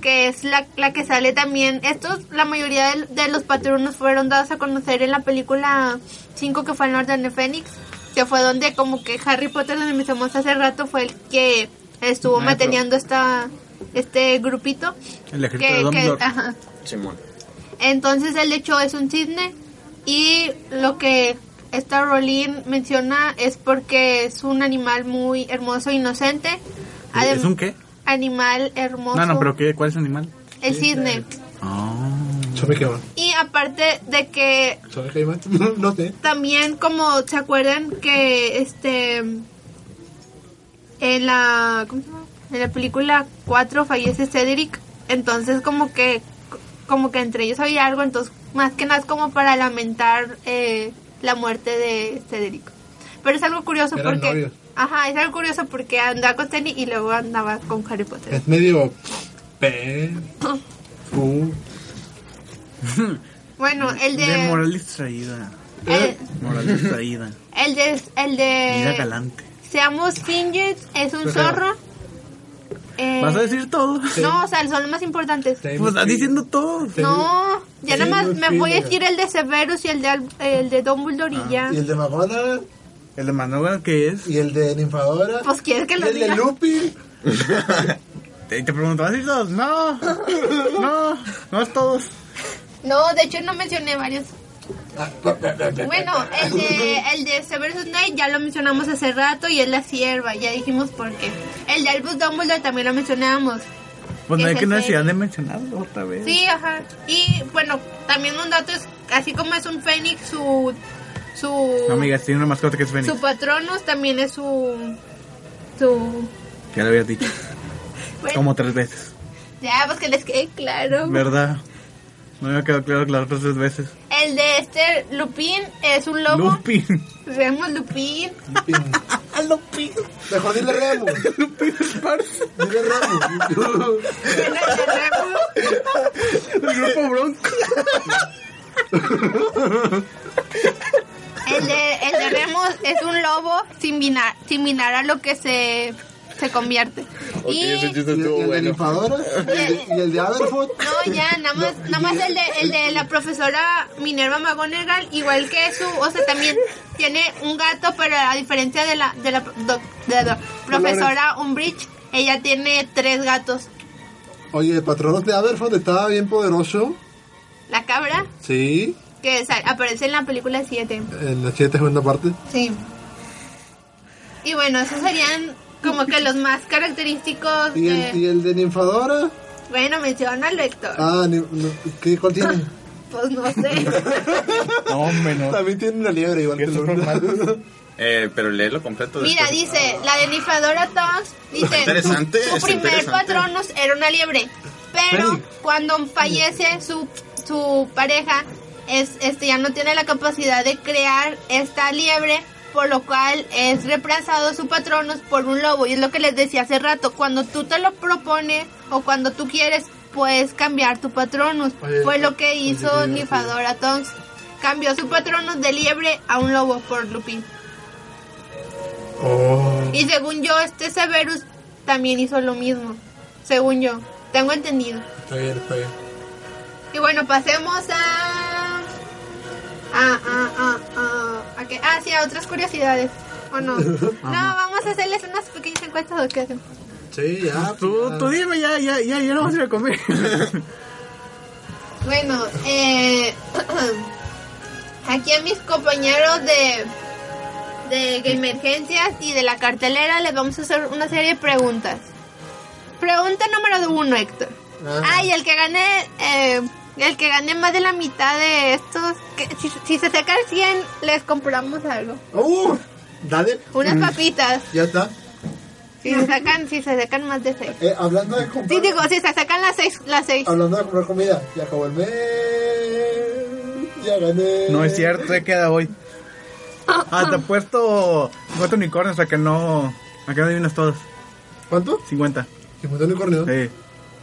Speaker 2: que es la, la que sale también. Estos, la mayoría de, de los patronos fueron dados a conocer en la película 5 que fue al norte de Fénix, que fue donde como que Harry Potter, donde mencionamos hace rato, fue el que estuvo
Speaker 7: Ah,
Speaker 2: manteniendo esta este grupito.
Speaker 7: El ejército
Speaker 2: Que-
Speaker 7: de Dumbledore.
Speaker 2: que- ajá.
Speaker 6: Simón.
Speaker 2: Entonces el de Cho es un cisne y lo que esta Rowling menciona es porque es un animal muy hermoso e inocente. Adem-
Speaker 7: ¿Es un qué?
Speaker 2: Animal hermoso.
Speaker 7: No, no, pero ¿qué? ¿cuál es el animal?
Speaker 2: El cisne.
Speaker 4: Chame Caimán.
Speaker 2: Y aparte de que
Speaker 4: Chame Caimán. No sé.
Speaker 2: también como se acuerdan que este en la ¿cómo se llama? en la película 4 fallece Cedric, entonces como que como que entre ellos había algo, entonces más que nada es como para lamentar eh, la muerte de Cedric. Pero es algo curioso
Speaker 4: Eran
Speaker 2: porque
Speaker 4: novios.
Speaker 2: ajá, es algo curioso porque andaba con Cedric y luego andaba con Harry Potter.
Speaker 4: Es medio. P. Q.
Speaker 2: Bueno, el de, eh,
Speaker 7: De moral distraída.
Speaker 2: el,
Speaker 7: Moral distraída.
Speaker 2: el de el
Speaker 7: Mira
Speaker 2: de
Speaker 7: galante.
Speaker 2: Seamos Fingers es un zorro. Eh,
Speaker 7: ¿Vas a decir todo?
Speaker 2: No, o sea, son los más importantes.
Speaker 7: Pues estás diciendo todo.
Speaker 2: No, ya
Speaker 4: Sí,
Speaker 2: nada más
Speaker 4: los
Speaker 2: me voy a
Speaker 4: Fingers.
Speaker 2: decir el de Severus y el de, Al- el de Dumbledore y ya.
Speaker 4: Y el de Magona.
Speaker 7: El de Manogan, ¿qué es?
Speaker 4: Y el de Ninfadora.
Speaker 2: Pues quieres que
Speaker 4: y
Speaker 2: lo
Speaker 4: el de
Speaker 2: diga.
Speaker 4: Lupin.
Speaker 7: Te, te pregunto, ¿vas a decir todos? No, no, no es todos.
Speaker 2: No, de hecho no mencioné varios.
Speaker 4: Ah,
Speaker 2: Bueno, el de, el de Severus Snape ya lo mencionamos hace rato y es la sierva, ya dijimos por qué. El de Albus Dumbledore también lo mencionamos.
Speaker 7: Pues no hay
Speaker 2: Ese
Speaker 7: que
Speaker 2: es
Speaker 7: necesidad de mencionarlo otra vez.
Speaker 2: Sí, ajá. Y bueno, también un dato es, así como es un fénix, su... su
Speaker 7: No, amigas, tiene una mascota que es Fénix.
Speaker 2: su patronus también es su... su...
Speaker 7: Ya lo habías dicho.
Speaker 2: bueno,
Speaker 7: Como tres veces.
Speaker 2: Ya, pues que les quede claro.
Speaker 7: ¿Verdad? No me quedó claro que las otras tres veces.
Speaker 2: El de este Lupin es un lobo.
Speaker 7: Lupin.
Speaker 2: Remo Lupin.
Speaker 4: Lupin.
Speaker 7: Lupin.
Speaker 4: Mejor dile Remo.
Speaker 7: Lupin Esparza.
Speaker 4: Dile Remo.
Speaker 2: Bueno, el de Remo.
Speaker 7: El grupo Bronco.
Speaker 2: El de, el de Remo es un lobo sin minar, sin minar a lo que se, se convierte.
Speaker 6: Ok, ese
Speaker 2: y
Speaker 6: chiste
Speaker 4: Y el- y
Speaker 6: estuvo
Speaker 4: el de
Speaker 6: bueno.
Speaker 4: Ninfadora. Y el de- Y el de Aberforth.
Speaker 2: no, ya, nada más, nada más el de, el de la profesora Minerva McGonagall, igual que su, o sea, también tiene un gato, pero a diferencia de la, de la, doc- de la profesora Umbridge, ella tiene tres gatos.
Speaker 4: Oye, el patrón de Aberforth estaba bien poderoso.
Speaker 2: La cabra,
Speaker 4: Sí.
Speaker 2: que sa- aparece en la película 7.
Speaker 4: En la siete segunda parte.
Speaker 2: Sí. Y bueno, esos serían como que los más característicos
Speaker 4: Y
Speaker 2: de...
Speaker 4: el, y el de Ninfadora.
Speaker 2: Bueno, menciona al Héctor.
Speaker 4: Ah, ni- no, ¿qué, ¿cuál tiene?
Speaker 2: Pues no sé.
Speaker 7: No, hombre, no.
Speaker 4: También tiene una liebre igual que
Speaker 7: Estos
Speaker 4: Lupin.
Speaker 7: formatos.
Speaker 6: Eh, pero léelo completo.
Speaker 2: Mira,
Speaker 6: después.
Speaker 2: dice, la de Nifadora Tongs, dice,
Speaker 6: Interesante,
Speaker 2: su, su
Speaker 6: está
Speaker 2: primer
Speaker 6: interesante.
Speaker 2: patrono era una liebre, pero
Speaker 5: Freddy.
Speaker 2: cuando fallece su, su pareja, es, este ya no tiene la capacidad de crear esta liebre, por lo cual es reemplazado su patrono por un lobo. Y es lo que les decía hace rato, cuando tú te lo propones o cuando tú quieres, puedes cambiar tu patronus.
Speaker 4: Oye,
Speaker 2: Fue lo que
Speaker 4: oye,
Speaker 2: hizo
Speaker 4: oye, oye.
Speaker 2: Nifadora Tongs. Cambió su patronus de liebre a un lobo por Lupin.
Speaker 4: Oh.
Speaker 2: Y según yo, este Severus también hizo lo mismo. Según yo. Tengo entendido.
Speaker 4: Está bien, está bien.
Speaker 2: Y bueno, pasemos a... Ah, ah, ah, ah. ¿A qué? Ah, sí, a otras curiosidades. ¿O no? No, vamos a hacerles unas pequeñas encuestas. ¿o qué hacen?
Speaker 4: Sí, ya. pues
Speaker 5: Tú,
Speaker 4: ya.
Speaker 5: tú dime, ya, ya, ya, ya no vas a ir a comer.
Speaker 2: Bueno, eh... Aquí a mis compañeros de... De Emergencias y de la cartelera les vamos a hacer una serie de preguntas. Pregunta número uno, Héctor.
Speaker 4: Ajá.
Speaker 2: Ay, el que gane, eh, el que gane más de la mitad de estos, que si, si se saca el 100, les compramos algo.
Speaker 4: ¡Uh! Dale, Mm.
Speaker 2: Unas papitas.
Speaker 4: ya está.
Speaker 2: Si se sacan, si se sacan más de seis.
Speaker 4: Eh, hablando de comprar.
Speaker 2: Sí, digo, si se sacan las seis, las seis.
Speaker 4: Hablando de comprar comida, ya acabó el mes. Ya gané.
Speaker 7: No es cierto, ¿qué queda hoy? Ah, te apuesto 50 unicornios a que no. A que no adivinas todas.
Speaker 4: ¿Cuánto?
Speaker 7: 50.
Speaker 4: ¿Y montó el unicornio?
Speaker 7: Sí.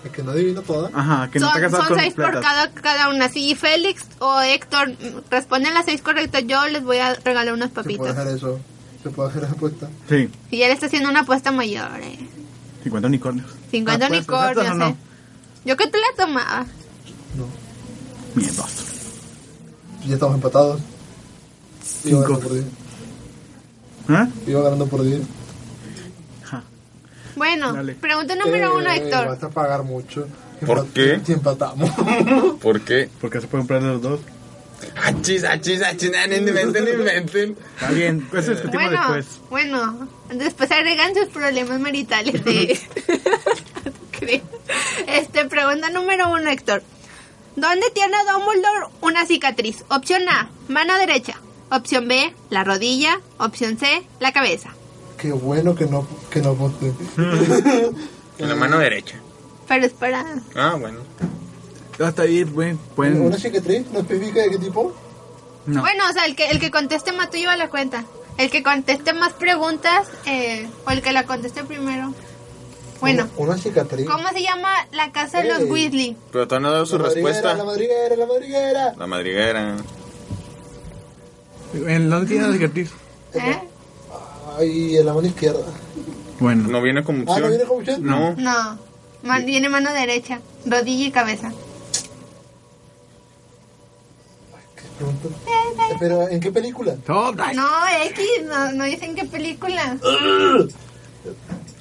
Speaker 4: El que no adivina toda.
Speaker 2: Ah,
Speaker 7: Ajá, a que no te
Speaker 2: Son,
Speaker 7: hagas
Speaker 2: son
Speaker 7: con
Speaker 2: seis por
Speaker 7: platas.
Speaker 2: cada, cada una. Si Félix o Héctor mm, responden las seis correctas, yo les voy a regalar unas
Speaker 4: Se puede
Speaker 2: papitas.
Speaker 4: hacer eso. Se puede hacer esa apuesta.
Speaker 7: Sí,
Speaker 2: Y ya le está haciendo una apuesta mayor, eh.
Speaker 7: 50 unicornios.
Speaker 2: 50
Speaker 7: Ah, pues, ¿aceptas
Speaker 2: unicornios,
Speaker 7: o no?
Speaker 2: eh. Yo que tú la tomaba.
Speaker 4: No.
Speaker 7: Mierda.
Speaker 4: Ya estamos empatados. Iba ganando por 10.
Speaker 7: ¿Ah?
Speaker 4: Iba ganando por 10.
Speaker 7: Ajá.
Speaker 2: Bueno,
Speaker 7: Dale.
Speaker 2: pregunta número uno,
Speaker 4: Eh,
Speaker 2: Héctor.
Speaker 4: Vas a pagar mucho.
Speaker 6: ¿Por
Speaker 4: Empat-
Speaker 6: qué?
Speaker 4: Si empatamos.
Speaker 6: ¿Por qué?
Speaker 7: Porque se pueden comprar los dos.
Speaker 6: Achis, achis, achis, na, na, inventen, inventen.
Speaker 7: Está bien, pues, eso discutimos
Speaker 2: Bueno,
Speaker 7: después.
Speaker 2: bueno, después agregan sus problemas maritales de... Creo. este, pregunta número uno, Héctor. ¿Dónde tiene Dumbledore una cicatriz? Opción A, mano derecha. Opción B, la rodilla. Opción C, la cabeza.
Speaker 4: Qué bueno que no, que no voté.
Speaker 6: En la mano derecha.
Speaker 2: Pero es para...
Speaker 6: Ah, bueno.
Speaker 5: Ah, está bien, güey. Pueden.
Speaker 4: ¿Una cicatriz? ¿No especifica de qué tipo?
Speaker 5: No.
Speaker 2: Bueno, o sea, el que, el que conteste más tú lleva la cuenta. El que conteste más preguntas eh, o el que la conteste primero. Bueno,
Speaker 4: Una, una cicatriz.
Speaker 2: ¿cómo se llama la casa de los
Speaker 4: Ey.
Speaker 2: Weasley?
Speaker 6: Pero todavía no ha dado su
Speaker 4: La madriguera, La
Speaker 6: respuesta.
Speaker 4: madriguera, la madriguera.
Speaker 6: La madriguera.
Speaker 5: ¿En dónde tiene la cicatriz?
Speaker 2: ¿Eh?
Speaker 4: Ay, en la mano izquierda.
Speaker 7: Bueno,
Speaker 6: No viene como
Speaker 4: Ah,
Speaker 6: opción.
Speaker 4: ¿no viene como opción?
Speaker 6: No.
Speaker 2: No, man- viene mano derecha, rodilla y cabeza.
Speaker 4: Qué pregunta. Eh, Pero, ¿en qué película?
Speaker 5: No, ay,
Speaker 2: No, X, no, no dicen qué película.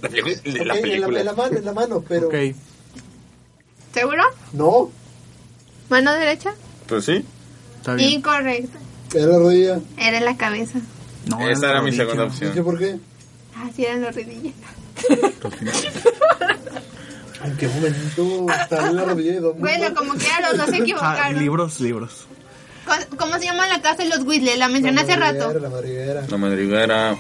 Speaker 6: La película. La
Speaker 4: Ok, en, la,
Speaker 6: película.
Speaker 4: en la mano, en la mano, pero...
Speaker 5: Ok.
Speaker 2: ¿Seguro?
Speaker 4: No,
Speaker 2: ¿Mano derecha?
Speaker 6: Pues sí.
Speaker 5: Está bien.
Speaker 2: Incorrecto.
Speaker 4: era la rodilla.
Speaker 2: Era la cabeza.
Speaker 5: No,
Speaker 6: Esa era mi
Speaker 5: rodilla.
Speaker 6: segunda
Speaker 4: No
Speaker 6: opción.
Speaker 4: sé por qué.
Speaker 2: Así eran los rodillas.
Speaker 4: ¿En qué momento salió la rodilla de Don
Speaker 2: Bueno, como que a los dos se
Speaker 5: Ah,
Speaker 2: equivocaron.
Speaker 5: libros, libros.
Speaker 2: Co- ¿Cómo se llama la casa de los Weasley? La mencioné hace rato.
Speaker 4: La madriguera.
Speaker 6: La madriguera.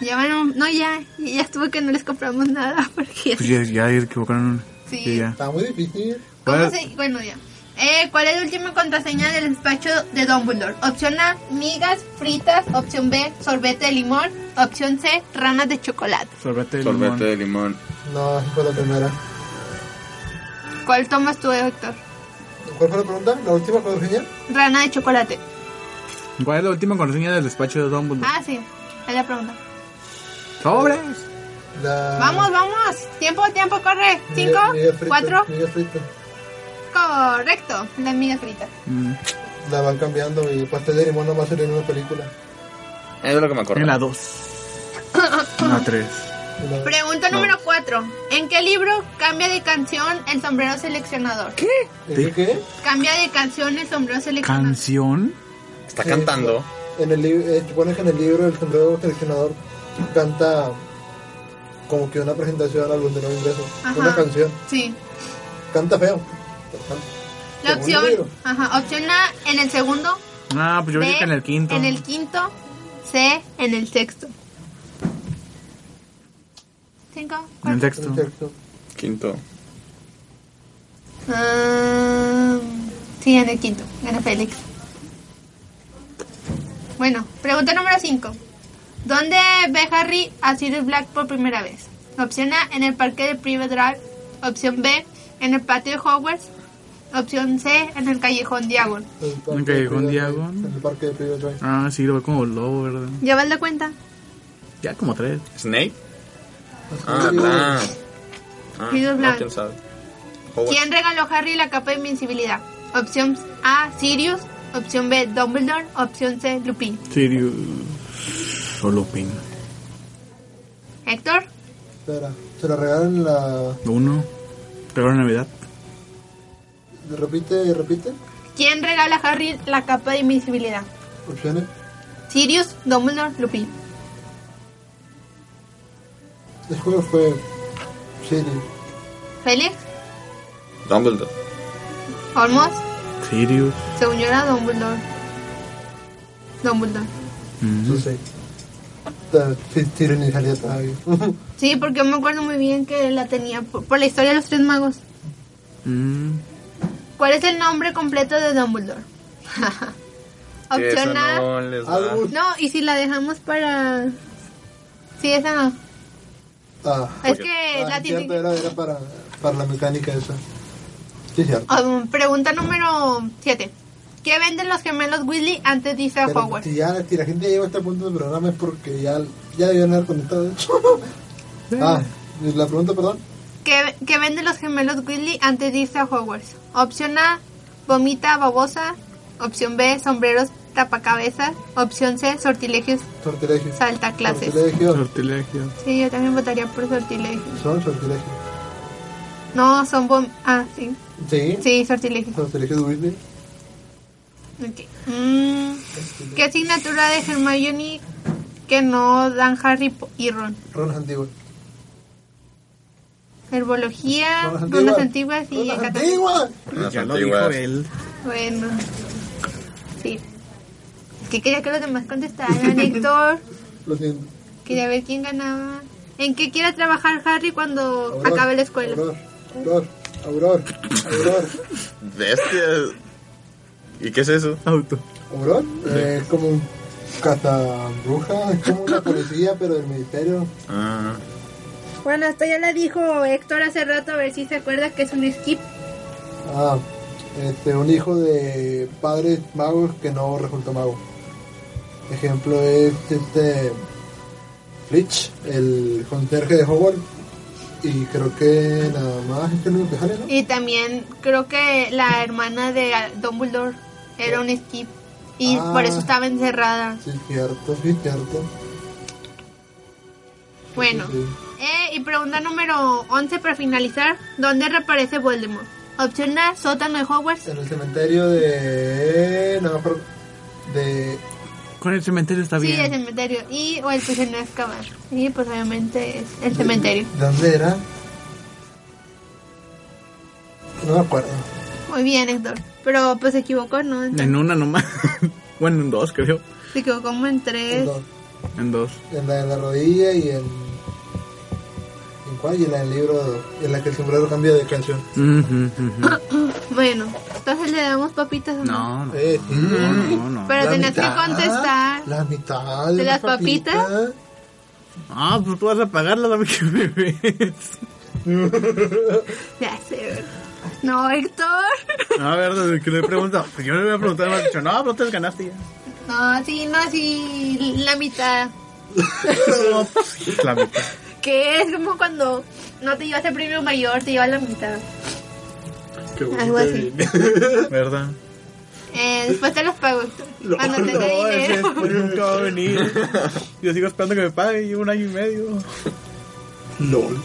Speaker 2: Llevan un... No, ya, ya estuvo que no les compramos nada. Porque...
Speaker 5: Pues ya, ya equivocaron una.
Speaker 2: Sí.
Speaker 5: ya.
Speaker 4: Está muy difícil.
Speaker 2: ¿Cómo
Speaker 5: ¿Cuál?
Speaker 2: se- Bueno, ya. Eh, ¿Cuál es la última contraseña del despacho de Dumbledore? Opción A, migas fritas. Opción B, sorbete de limón. Opción C, ranas de chocolate.
Speaker 5: Sorbete de
Speaker 6: Sorbete
Speaker 5: limón.
Speaker 6: de limón.
Speaker 4: No, esa fue la primera.
Speaker 2: ¿Cuál tomas tú, Héctor?
Speaker 4: ¿Cuál fue la pregunta? ¿La última contraseña?
Speaker 2: Rana de chocolate.
Speaker 5: ¿Cuál es la última contraseña del despacho de Dumbledore?
Speaker 2: Ah, sí. Es la pregunta.
Speaker 5: Sobres.
Speaker 4: La...
Speaker 2: Vamos, vamos. Tiempo, tiempo, corre. Cinco,
Speaker 4: Miga- miga frita,
Speaker 2: cuatro.
Speaker 4: miga frita.
Speaker 2: Correcto. Las migas fritas.
Speaker 5: Mm,
Speaker 4: La van cambiando y pastel de limón no va a salir en una película.
Speaker 6: Eh, Es lo que me acuerdo.
Speaker 5: En la 2. La 3.
Speaker 4: La-
Speaker 2: Pregunta número cuatro. ¿En qué libro cambia de canción el sombrero seleccionador? ¿Qué?
Speaker 4: ¿En qué?
Speaker 2: Cambia de canción el sombrero seleccionador.
Speaker 5: Canción.
Speaker 6: Está
Speaker 4: Sí,
Speaker 6: cantando.
Speaker 4: En el libro, eh, supone que en el libro el sombrero seleccionador canta como que una presentación a los de nuevo ingreso,
Speaker 2: Ajá.
Speaker 4: una canción.
Speaker 2: Sí.
Speaker 4: Canta feo. pero canta.
Speaker 2: La
Speaker 4: Según el libro.
Speaker 2: opción, ajá, opción A en el segundo,
Speaker 5: Ah, pues yo
Speaker 2: B
Speaker 5: dije que en el quinto.
Speaker 2: en el quinto, C en el sexto. Cinco.
Speaker 5: En
Speaker 2: cuatro.
Speaker 5: el texto.
Speaker 4: Perfecto.
Speaker 6: Quinto.
Speaker 2: Ah, sí, en el quinto. Gana Félix. Bueno, pregunta número 5. ¿Dónde ve Harry a Sirius Black por primera vez? Opción A, en el parque de Private Drive. Opción B, en el patio de Hogwarts. Opción C, en el callejón Diagon.
Speaker 4: En el parque
Speaker 5: Ok,
Speaker 4: de
Speaker 5: con
Speaker 4: Private
Speaker 5: Diagon.
Speaker 4: Drive, En el parque de Private Drive.
Speaker 5: Ah, sí, lo ve como lobo, ¿verdad?
Speaker 2: ¿Ya vas de cuenta?
Speaker 5: Ya como tres.
Speaker 6: ¿Snape?
Speaker 4: Ah,
Speaker 6: Ah, ah. Ah,
Speaker 2: Ruido
Speaker 6: no,
Speaker 2: blanco.
Speaker 6: quién sabe. Howard.
Speaker 2: ¿Quién regaló a Harry la capa de invencibilidad? Opción A, Sirius. Opción B, Dumbledore. Opción C, Lupin.
Speaker 5: Sirius. O Lupin.
Speaker 2: Héctor,
Speaker 4: Espera, se la regalan la...
Speaker 5: Uno. Regalo de Navidad.
Speaker 4: Repite, repite.
Speaker 2: ¿quién regala a Harry la capa de invencibilidad?
Speaker 4: Opciones.
Speaker 2: Sirius, Dumbledore, Lupin.
Speaker 4: El juego fue... Siri.
Speaker 2: Félix,
Speaker 6: Dumbledore.
Speaker 2: Olmos,
Speaker 5: Sirius.
Speaker 2: según yo era Dumbledore. Dumbledore.
Speaker 4: No sé. Ta- sí, Siri ni salía todavía.
Speaker 2: Sí, porque me acuerdo muy bien que la tenía por, por la historia de los tres magos.
Speaker 5: Mm.
Speaker 2: ¿Cuál es el nombre completo de Dumbledore? Opción
Speaker 6: Eso
Speaker 2: A.
Speaker 6: no les da.
Speaker 4: Albus.
Speaker 2: No, y si la dejamos para... Sí, esa no.
Speaker 4: Ah.
Speaker 2: Es que
Speaker 4: Ah,
Speaker 2: la
Speaker 4: cierto,
Speaker 2: típica...
Speaker 4: era, era para, para la mecánica esa. Sí, cierto.
Speaker 2: Um, pregunta número 7. ¿Qué venden los gemelos Weasley antes de irse a
Speaker 4: Pero
Speaker 2: Hogwarts?
Speaker 4: si ya si la gente llegó a este punto del programa es porque ya, ya debían haber conectado. ah, la pregunta, perdón.
Speaker 2: ¿Qué, qué venden los gemelos Weasley antes de irse a Hogwarts? Opción A, vomita babosa. Opción B, sombreros tapacabezas. Opción C, sortilegios
Speaker 4: Sortilegio.
Speaker 2: saltaclases.
Speaker 4: Sortilegio.
Speaker 5: Sortilegio.
Speaker 2: Sí, yo también votaría por sortilegios.
Speaker 4: Son sortilegio.
Speaker 2: No, son bom... Ah, sí.
Speaker 4: Sí.
Speaker 2: Sí, sortilegios.
Speaker 4: Sortilegio de Weasley.
Speaker 2: Ok. Mm, ¿Qué asignatura de Hermione que no dan Harry po- y Ron?
Speaker 4: Ronas antiguas.
Speaker 2: Herbología,
Speaker 4: Ronas
Speaker 2: runas antiguas y
Speaker 4: Ronas
Speaker 2: catas-
Speaker 4: antiguas.
Speaker 6: Unas
Speaker 5: Ya lo dijo
Speaker 6: antiguas.
Speaker 5: él.
Speaker 2: Bueno, sí. Que quería que los demás contestaran, Héctor.
Speaker 4: Lo siento.
Speaker 2: Quería ver quién ganaba. ¿En qué quiere trabajar Harry cuando
Speaker 4: Auror,
Speaker 2: acabe la escuela?
Speaker 4: Auror, Auror, Auror, Auror.
Speaker 6: Bestias. ¿Y qué es eso?
Speaker 5: Auto.
Speaker 4: Auror eh, es como un cazabruja, es como una policía, pero del ministerio.
Speaker 6: Ah,
Speaker 2: Bueno, esto ya le dijo Héctor hace rato, a ver si se acuerda que es un skip.
Speaker 4: Ah, este, un hijo de padres magos que no resultó mago. Ejemplo es este Rich, el conserje de Hogwarts. Y creo que nada más este es el único que sale, ¿no?
Speaker 2: Y también creo que la hermana de Dumbledore era un skip. Y
Speaker 4: Ah.
Speaker 2: por eso estaba encerrada.
Speaker 4: Sí, cierto, sí, cierto.
Speaker 2: Bueno.
Speaker 4: Sí.
Speaker 2: Eh, y pregunta número 11 para finalizar. ¿Dónde reaparece Voldemort? Opción A, sótano de Hogwarts.
Speaker 4: En el cementerio de. No me acuerdo. De.
Speaker 5: Con el cementerio está
Speaker 2: Sí,
Speaker 5: bien.
Speaker 2: el cementerio. Y o el prisionero de Azkaban. Y pues obviamente es el cementerio.
Speaker 4: ¿De dónde era? No me acuerdo.
Speaker 2: Muy bien, Héctor. Pero pues se equivocó, ¿no? Entonces,
Speaker 5: En una nomás. bueno, en dos, creo.
Speaker 2: Se equivocó como en tres.
Speaker 4: En, dos.
Speaker 5: En dos.
Speaker 4: En la, en la rodilla y en. ¿En cuál? Y en la del libro. En la que el sombrero cambia de canción.
Speaker 5: Mm, Ujú, ujú.
Speaker 2: Bueno, entonces le damos papitas. o
Speaker 5: No, no.
Speaker 4: Eh, sí.
Speaker 5: No, no.
Speaker 2: Pero
Speaker 4: La
Speaker 2: tenías que
Speaker 4: mitad,
Speaker 2: contestar.
Speaker 4: La mitad.
Speaker 2: ¿De las
Speaker 4: papita.
Speaker 2: papitas?
Speaker 5: Ah, pues tú vas a pagarla, dame que me ves.
Speaker 2: Ya sé. No, Héctor.
Speaker 7: A ver, desde que le pregunta, pues yo le voy a preguntar, me ha dicho, no, pero te ganaste ya.
Speaker 2: No, sí, no, sí. La mitad.
Speaker 7: No, pues, la mitad.
Speaker 2: Que es como cuando no te llevas el premio mayor, te llevas la mitad.
Speaker 4: Qué bonito
Speaker 2: Algo así.
Speaker 7: ¿Verdad?
Speaker 2: Eh, después te los pago, Héctor. Cuando
Speaker 7: No,
Speaker 2: te dé
Speaker 7: ese
Speaker 2: dinero.
Speaker 5: este,
Speaker 7: después nunca va a venir. Yo sigo esperando que me pague, llevo un año y medio.
Speaker 4: LOL.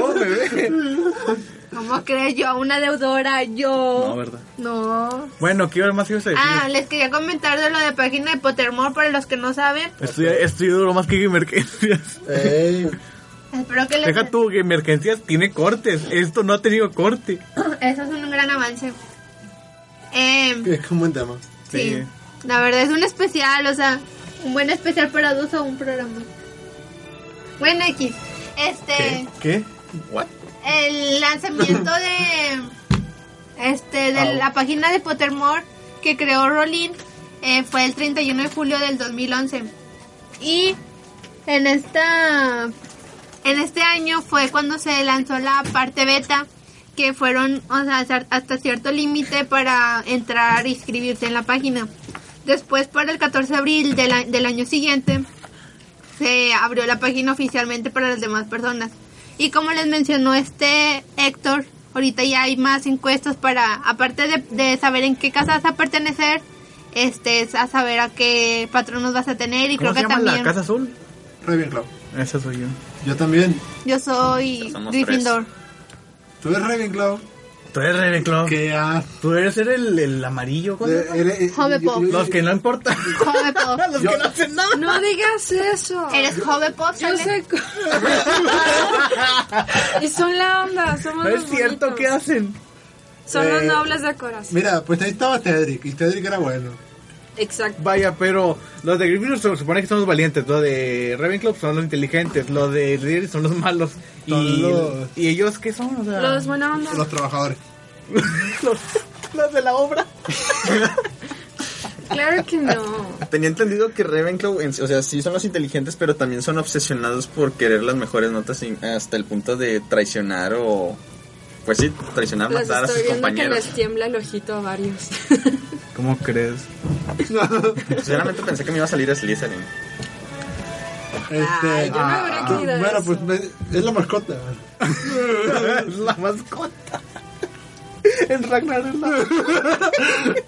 Speaker 7: Oh, bebé.
Speaker 2: ¿Cómo crees yo? Una deudora,
Speaker 7: No,
Speaker 2: yo.
Speaker 7: ¿verdad?
Speaker 2: No.
Speaker 7: Bueno, ¿qué más ibas a decir?
Speaker 2: Ah, les quería comentar de lo de página de Pottermore para los que no saben.
Speaker 5: Estoy, estoy duro más que Gamerquencias.
Speaker 4: Ey,
Speaker 2: Espero que les...
Speaker 5: Deja tú, Gamerquencias tiene cortes. Esto no ha tenido corte.
Speaker 2: Eso es un gran avance. Eh,
Speaker 4: es que es un buen tema.
Speaker 2: sí. La verdad es un especial, o sea, un buen especial para dos o un programa. Bueno, X. Este.
Speaker 5: ¿Qué?
Speaker 2: el lanzamiento de este de la página de Pottermore que creó Rowling eh, fue el 31 de julio del 2011 y en esta en este año fue cuando se lanzó la parte beta que fueron o sea, hasta- hasta cierto límite para entrar e inscribirse en la página después para el 14 de abril del a- del año siguiente se abrió la página oficialmente para las demás personas. Y como les mencionó este Héctor, ahorita ya hay más encuestas para, aparte de, de saber en qué casa vas a pertenecer, este, es a saber a qué patronos vas a tener y creo
Speaker 5: ¿Cómo se
Speaker 2: que
Speaker 5: llama
Speaker 2: también
Speaker 5: la Casa Azul?
Speaker 4: Muy bien, Clau.
Speaker 5: Esa soy yo.
Speaker 4: Yo también.
Speaker 2: yo soy
Speaker 8: Somos
Speaker 2: Gryffindor.
Speaker 4: Tú eres Ravenclaw.
Speaker 5: Tú eres Ravenclaw.
Speaker 4: Que ah,
Speaker 5: Tú eres ser el, el amarillo. ¿cuál
Speaker 4: de-
Speaker 5: era?
Speaker 4: eres- eh,
Speaker 2: Hufflepuff.
Speaker 4: yo- yo-
Speaker 5: Los que no importan.
Speaker 2: Hufflepuff.
Speaker 5: Los que no hacen nada.
Speaker 9: No digas eso.
Speaker 2: Eres Hufflepuff,
Speaker 9: Yo
Speaker 2: ¿sale?
Speaker 9: sé. y son la onda, somos
Speaker 5: No es
Speaker 9: los
Speaker 5: cierto,
Speaker 9: bonitos.
Speaker 5: ¿qué hacen?
Speaker 9: Son los
Speaker 4: Eh,
Speaker 9: nobles de corazón.
Speaker 4: Mira, pues ahí estaba Cedric. Y Cedric era bueno.
Speaker 9: Exacto.
Speaker 5: Vaya, pero los de Gryffindor se supone que son los valientes, los de Ravenclaw son los inteligentes, los de Slytherin son los malos. Y,
Speaker 4: Son los-
Speaker 5: ¿y ellos qué son? O sea,
Speaker 9: Los buena onda.
Speaker 4: Los trabajadores.
Speaker 5: los, los de la obra.
Speaker 9: Claro que no.
Speaker 6: Tenía entendido que Ravenclaw, en- o sea, sí son los inteligentes, pero también son obsesionados por querer las mejores notas y- hasta el punto de traicionar o... Pues sí, traicionar,
Speaker 9: Los
Speaker 6: matar a sus
Speaker 9: estoy viendo que
Speaker 6: compañeros.
Speaker 9: les tiembla el ojito a varios.
Speaker 5: ¿Cómo crees?
Speaker 6: Sinceramente pensé que me iba a salir Slytherin.
Speaker 4: Este,
Speaker 9: Ay, yo no habría
Speaker 4: ah,
Speaker 9: querido
Speaker 4: bueno,
Speaker 9: eso.
Speaker 4: pues me- es la mascota.
Speaker 5: la mascota. En Ragnar es la-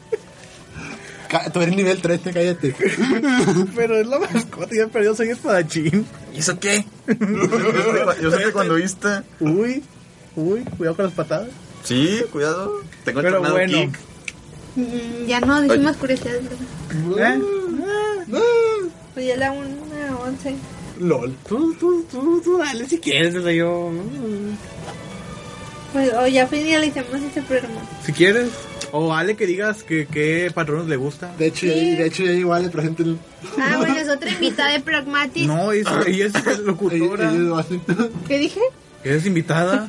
Speaker 4: Ca- Tú eres nivel 3, te cállate.
Speaker 5: Pero es la mascota, ya perdió, soy espadachín.
Speaker 6: ¿Y eso qué? Yo sé que cuando viste...
Speaker 5: Uy, uy, cuidado con las patadas.
Speaker 6: Sí, cuidado. Tengo
Speaker 5: Pero
Speaker 6: entrenado
Speaker 5: bueno.
Speaker 6: kick.
Speaker 2: Mm, Ya no, dijimos curiosidades. ¿verdad?
Speaker 5: ¿Eh?
Speaker 2: Pues ya la 1 once.
Speaker 4: LOL.
Speaker 5: Tú, tú, tú, tú, dale si quieres, o sea, yo.
Speaker 2: Pues o ya finalizamos este programa.
Speaker 5: Si quieres. O Ale que digas que qué patronos le gusta.
Speaker 4: De hecho, ya- de hecho ya igual le presento el.
Speaker 2: Ah, bueno, es otra invitada de Pragmatis.
Speaker 5: No, es- ella es locutora.
Speaker 4: ella- ella lo hace.
Speaker 2: ¿Qué dije?
Speaker 5: Ella es invitada.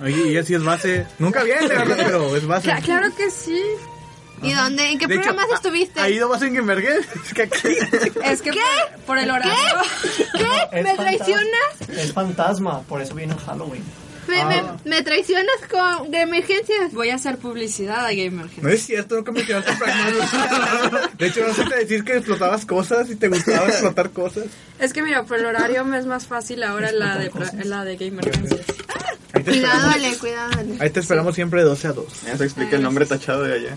Speaker 5: Oye, ella sí es base. Nunca viene, ¿verdad? pero es base.
Speaker 9: Cla- claro que sí.
Speaker 2: ¿Y dónde? ¿En qué
Speaker 5: De hecho,
Speaker 2: programas
Speaker 5: ha-
Speaker 2: estuviste?
Speaker 5: Ha ido base en Gemberguer. Es que aquí.
Speaker 9: Es que Por, por el horario.
Speaker 2: ¿Qué? ¿Me traicionas?
Speaker 10: Es fantasma, por eso viene en Halloween.
Speaker 2: ¿Me,
Speaker 5: Ah.
Speaker 2: me, me traicionas con de emergencias?
Speaker 9: Voy a hacer publicidad a Gamer.
Speaker 5: No es cierto, nunca me quedaste pragmático. De hecho, no sé te decir que explotabas cosas y te gustaba explotar cosas.
Speaker 9: Es que mira, por el horario me es más fácil ahora la de, pra- la de Gamer.
Speaker 5: Ahí te
Speaker 2: Cuidado,
Speaker 5: esperamos,
Speaker 2: Ale, cuidado, Ale.
Speaker 5: ahí te esperamos siempre de 12 a 2.
Speaker 6: Ya se explica el nombre tachado de allá.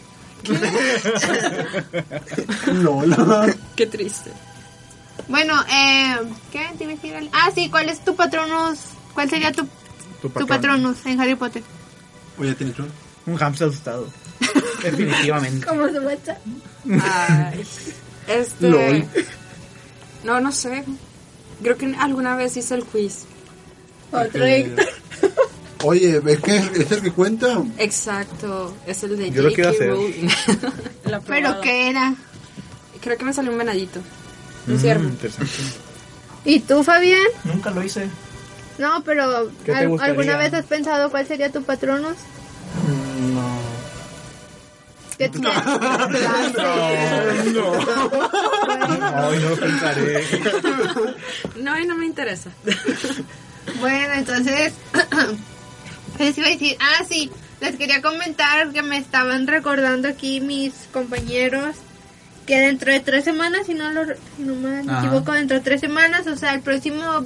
Speaker 4: LOL.
Speaker 9: Qué triste.
Speaker 2: Bueno, eh, ¿qué te iba a decir? Ale? Ah, sí, ¿cuál es tu patronus? ¿Cuál sería tu, tu
Speaker 5: Tu patrón.
Speaker 2: patronus en Harry Potter?
Speaker 4: Oye, tienes uno.
Speaker 5: Un hamster asustado. Definitivamente.
Speaker 2: ¿Cómo se macha?
Speaker 9: Ay. Este.
Speaker 4: Lol.
Speaker 9: No, no sé. Creo que alguna vez hice el quiz.
Speaker 2: Otro
Speaker 4: Eh,
Speaker 2: Héctor.
Speaker 4: Oye, ¿ves que es, es el que cuenta?
Speaker 9: Exacto. Es el de
Speaker 5: Yo lo
Speaker 9: J.K.
Speaker 5: quiero hacer.
Speaker 9: Rowling. La
Speaker 2: ¿Pero
Speaker 9: probada.
Speaker 2: qué era?
Speaker 9: Creo que me salió un venadito.
Speaker 5: Mm.
Speaker 9: Un ciervo.
Speaker 2: ¿Y tú, Fabián?
Speaker 10: Nunca lo hice.
Speaker 2: No, pero
Speaker 5: ¿Qué te
Speaker 2: ¿al-
Speaker 5: gustaría?
Speaker 2: ¿alguna vez has pensado cuál sería tu patronus?
Speaker 10: Mm, No.
Speaker 2: ¿Qué te-
Speaker 5: No. Ay, no lo pensaré.
Speaker 9: No, y no me interesa.
Speaker 2: Bueno, entonces, ¿qué les iba a decir? Ah, sí, les quería comentar que me estaban recordando aquí mis compañeros que dentro de tres semanas, si no, lo, si no me
Speaker 5: Ajá.
Speaker 2: equivoco, dentro de tres semanas, o sea, el próximo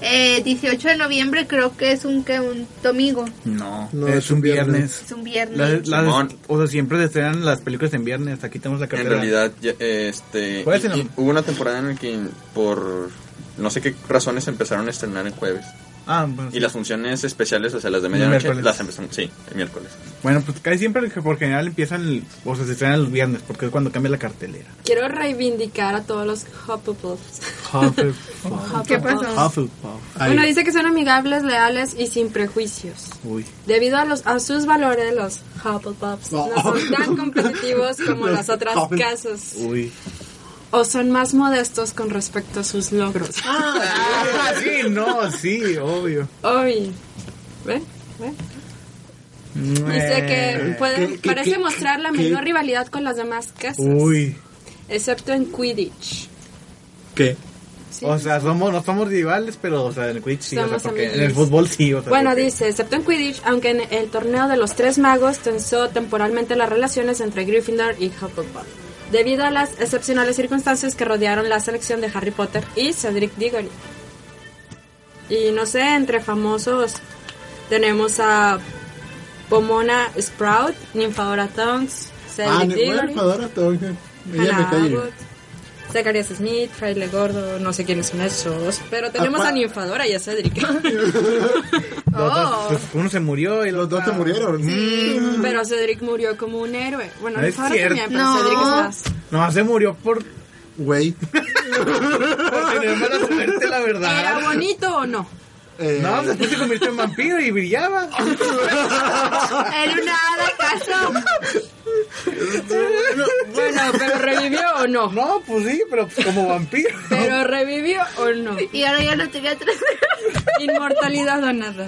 Speaker 2: eh, 18 de noviembre creo que es un, que un domingo,
Speaker 5: No,
Speaker 4: No,
Speaker 5: es un viernes.
Speaker 2: es un viernes.
Speaker 5: Las- las-
Speaker 6: Simón.
Speaker 5: o sea, siempre se estrenan las películas en viernes. Aquí tenemos la
Speaker 6: En
Speaker 5: cartera.
Speaker 6: realidad, ya, eh, este,
Speaker 5: ¿Cuál es
Speaker 6: y-
Speaker 5: el
Speaker 6: y
Speaker 5: nombre?
Speaker 6: hubo una temporada en la que por no sé qué razones empezaron a estrenar el jueves.
Speaker 5: Ah, bueno.
Speaker 6: Y las funciones especiales, o sea, las de medianoche,
Speaker 5: Miércoles.
Speaker 6: las empezaron, sí, el miércoles.
Speaker 5: Bueno, pues casi siempre que por general empiezan, el- o sea, se estrenan los viernes, porque es cuando cambia la cartelera.
Speaker 9: Quiero reivindicar a todos los Hufflepuffs.
Speaker 5: ¿Qué
Speaker 9: pasó? Bueno, dice que son amigables, leales y sin prejuicios.
Speaker 5: Uy.
Speaker 9: Debido a, los, a sus valores, los Hufflepuffs no, son tan competitivos como
Speaker 11: Los
Speaker 9: las otras
Speaker 11: Hufflepuff.
Speaker 9: casas.
Speaker 5: Uy.
Speaker 9: O son más modestos con respecto a sus logros.
Speaker 5: Ah, sí, no, sí, obvio.
Speaker 9: Oye, ¿ven? ¿Ven? Dice que pueden-
Speaker 5: Eh, ¿Qué- qué-
Speaker 9: parece
Speaker 5: qué-
Speaker 9: mostrar la
Speaker 5: qué?
Speaker 9: menor rivalidad con las demás casas,
Speaker 5: Uy,
Speaker 9: excepto en Quidditch.
Speaker 5: ¿qué?
Speaker 9: Sí.
Speaker 5: O sea, somos, no somos rivales, pero, o sea, en el Quidditch sí, o sea,
Speaker 9: Somos
Speaker 5: porque en el
Speaker 9: amiguis.
Speaker 5: fútbol sí, o sea.
Speaker 9: Bueno,
Speaker 5: porque-
Speaker 9: dice, excepto en Quidditch, aunque en el torneo de los tres magos tensó temporalmente las relaciones entre Gryffindor y Hufflepuff, debido a las excepcionales circunstancias que rodearon la selección de Harry Potter y Cedric Diggory. Y no sé, entre famosos tenemos a Pomona Sprout, Ninfadora Tonks, Cedric
Speaker 4: Ah,
Speaker 9: Diggory,
Speaker 4: Nicole Fadora, todo bien. Ella me
Speaker 9: Hannah
Speaker 4: cae bien.
Speaker 9: Abbott, Zacharias pues. Smith, Fraile Gordo, no sé quiénes son esos, pero tenemos
Speaker 5: Apa-
Speaker 9: a Ninfadora y a Cedric.
Speaker 5: Los dos-
Speaker 9: Oh.
Speaker 5: pues, uno se murió y los dos se murieron.
Speaker 9: Sí, pero Cedric murió como un héroe. Bueno,
Speaker 5: No es
Speaker 9: Alfaro
Speaker 5: cierto.
Speaker 9: también, pero
Speaker 5: No.
Speaker 9: Cedric es más.
Speaker 5: No, se murió por.
Speaker 4: Güey.
Speaker 5: por tener mala suerte, la verdad.
Speaker 9: ¿Era bonito o no?
Speaker 4: Eh,
Speaker 5: No, pues después se convirtió en vampiro y brillaba.
Speaker 9: Era una hada caso. Bueno, pero revivió o no.
Speaker 5: No, pues sí, pero pues, como vampiro.
Speaker 9: Pero revivió o no.
Speaker 2: Y ahora ya no tenía tres.
Speaker 9: Inmortalidad o nada.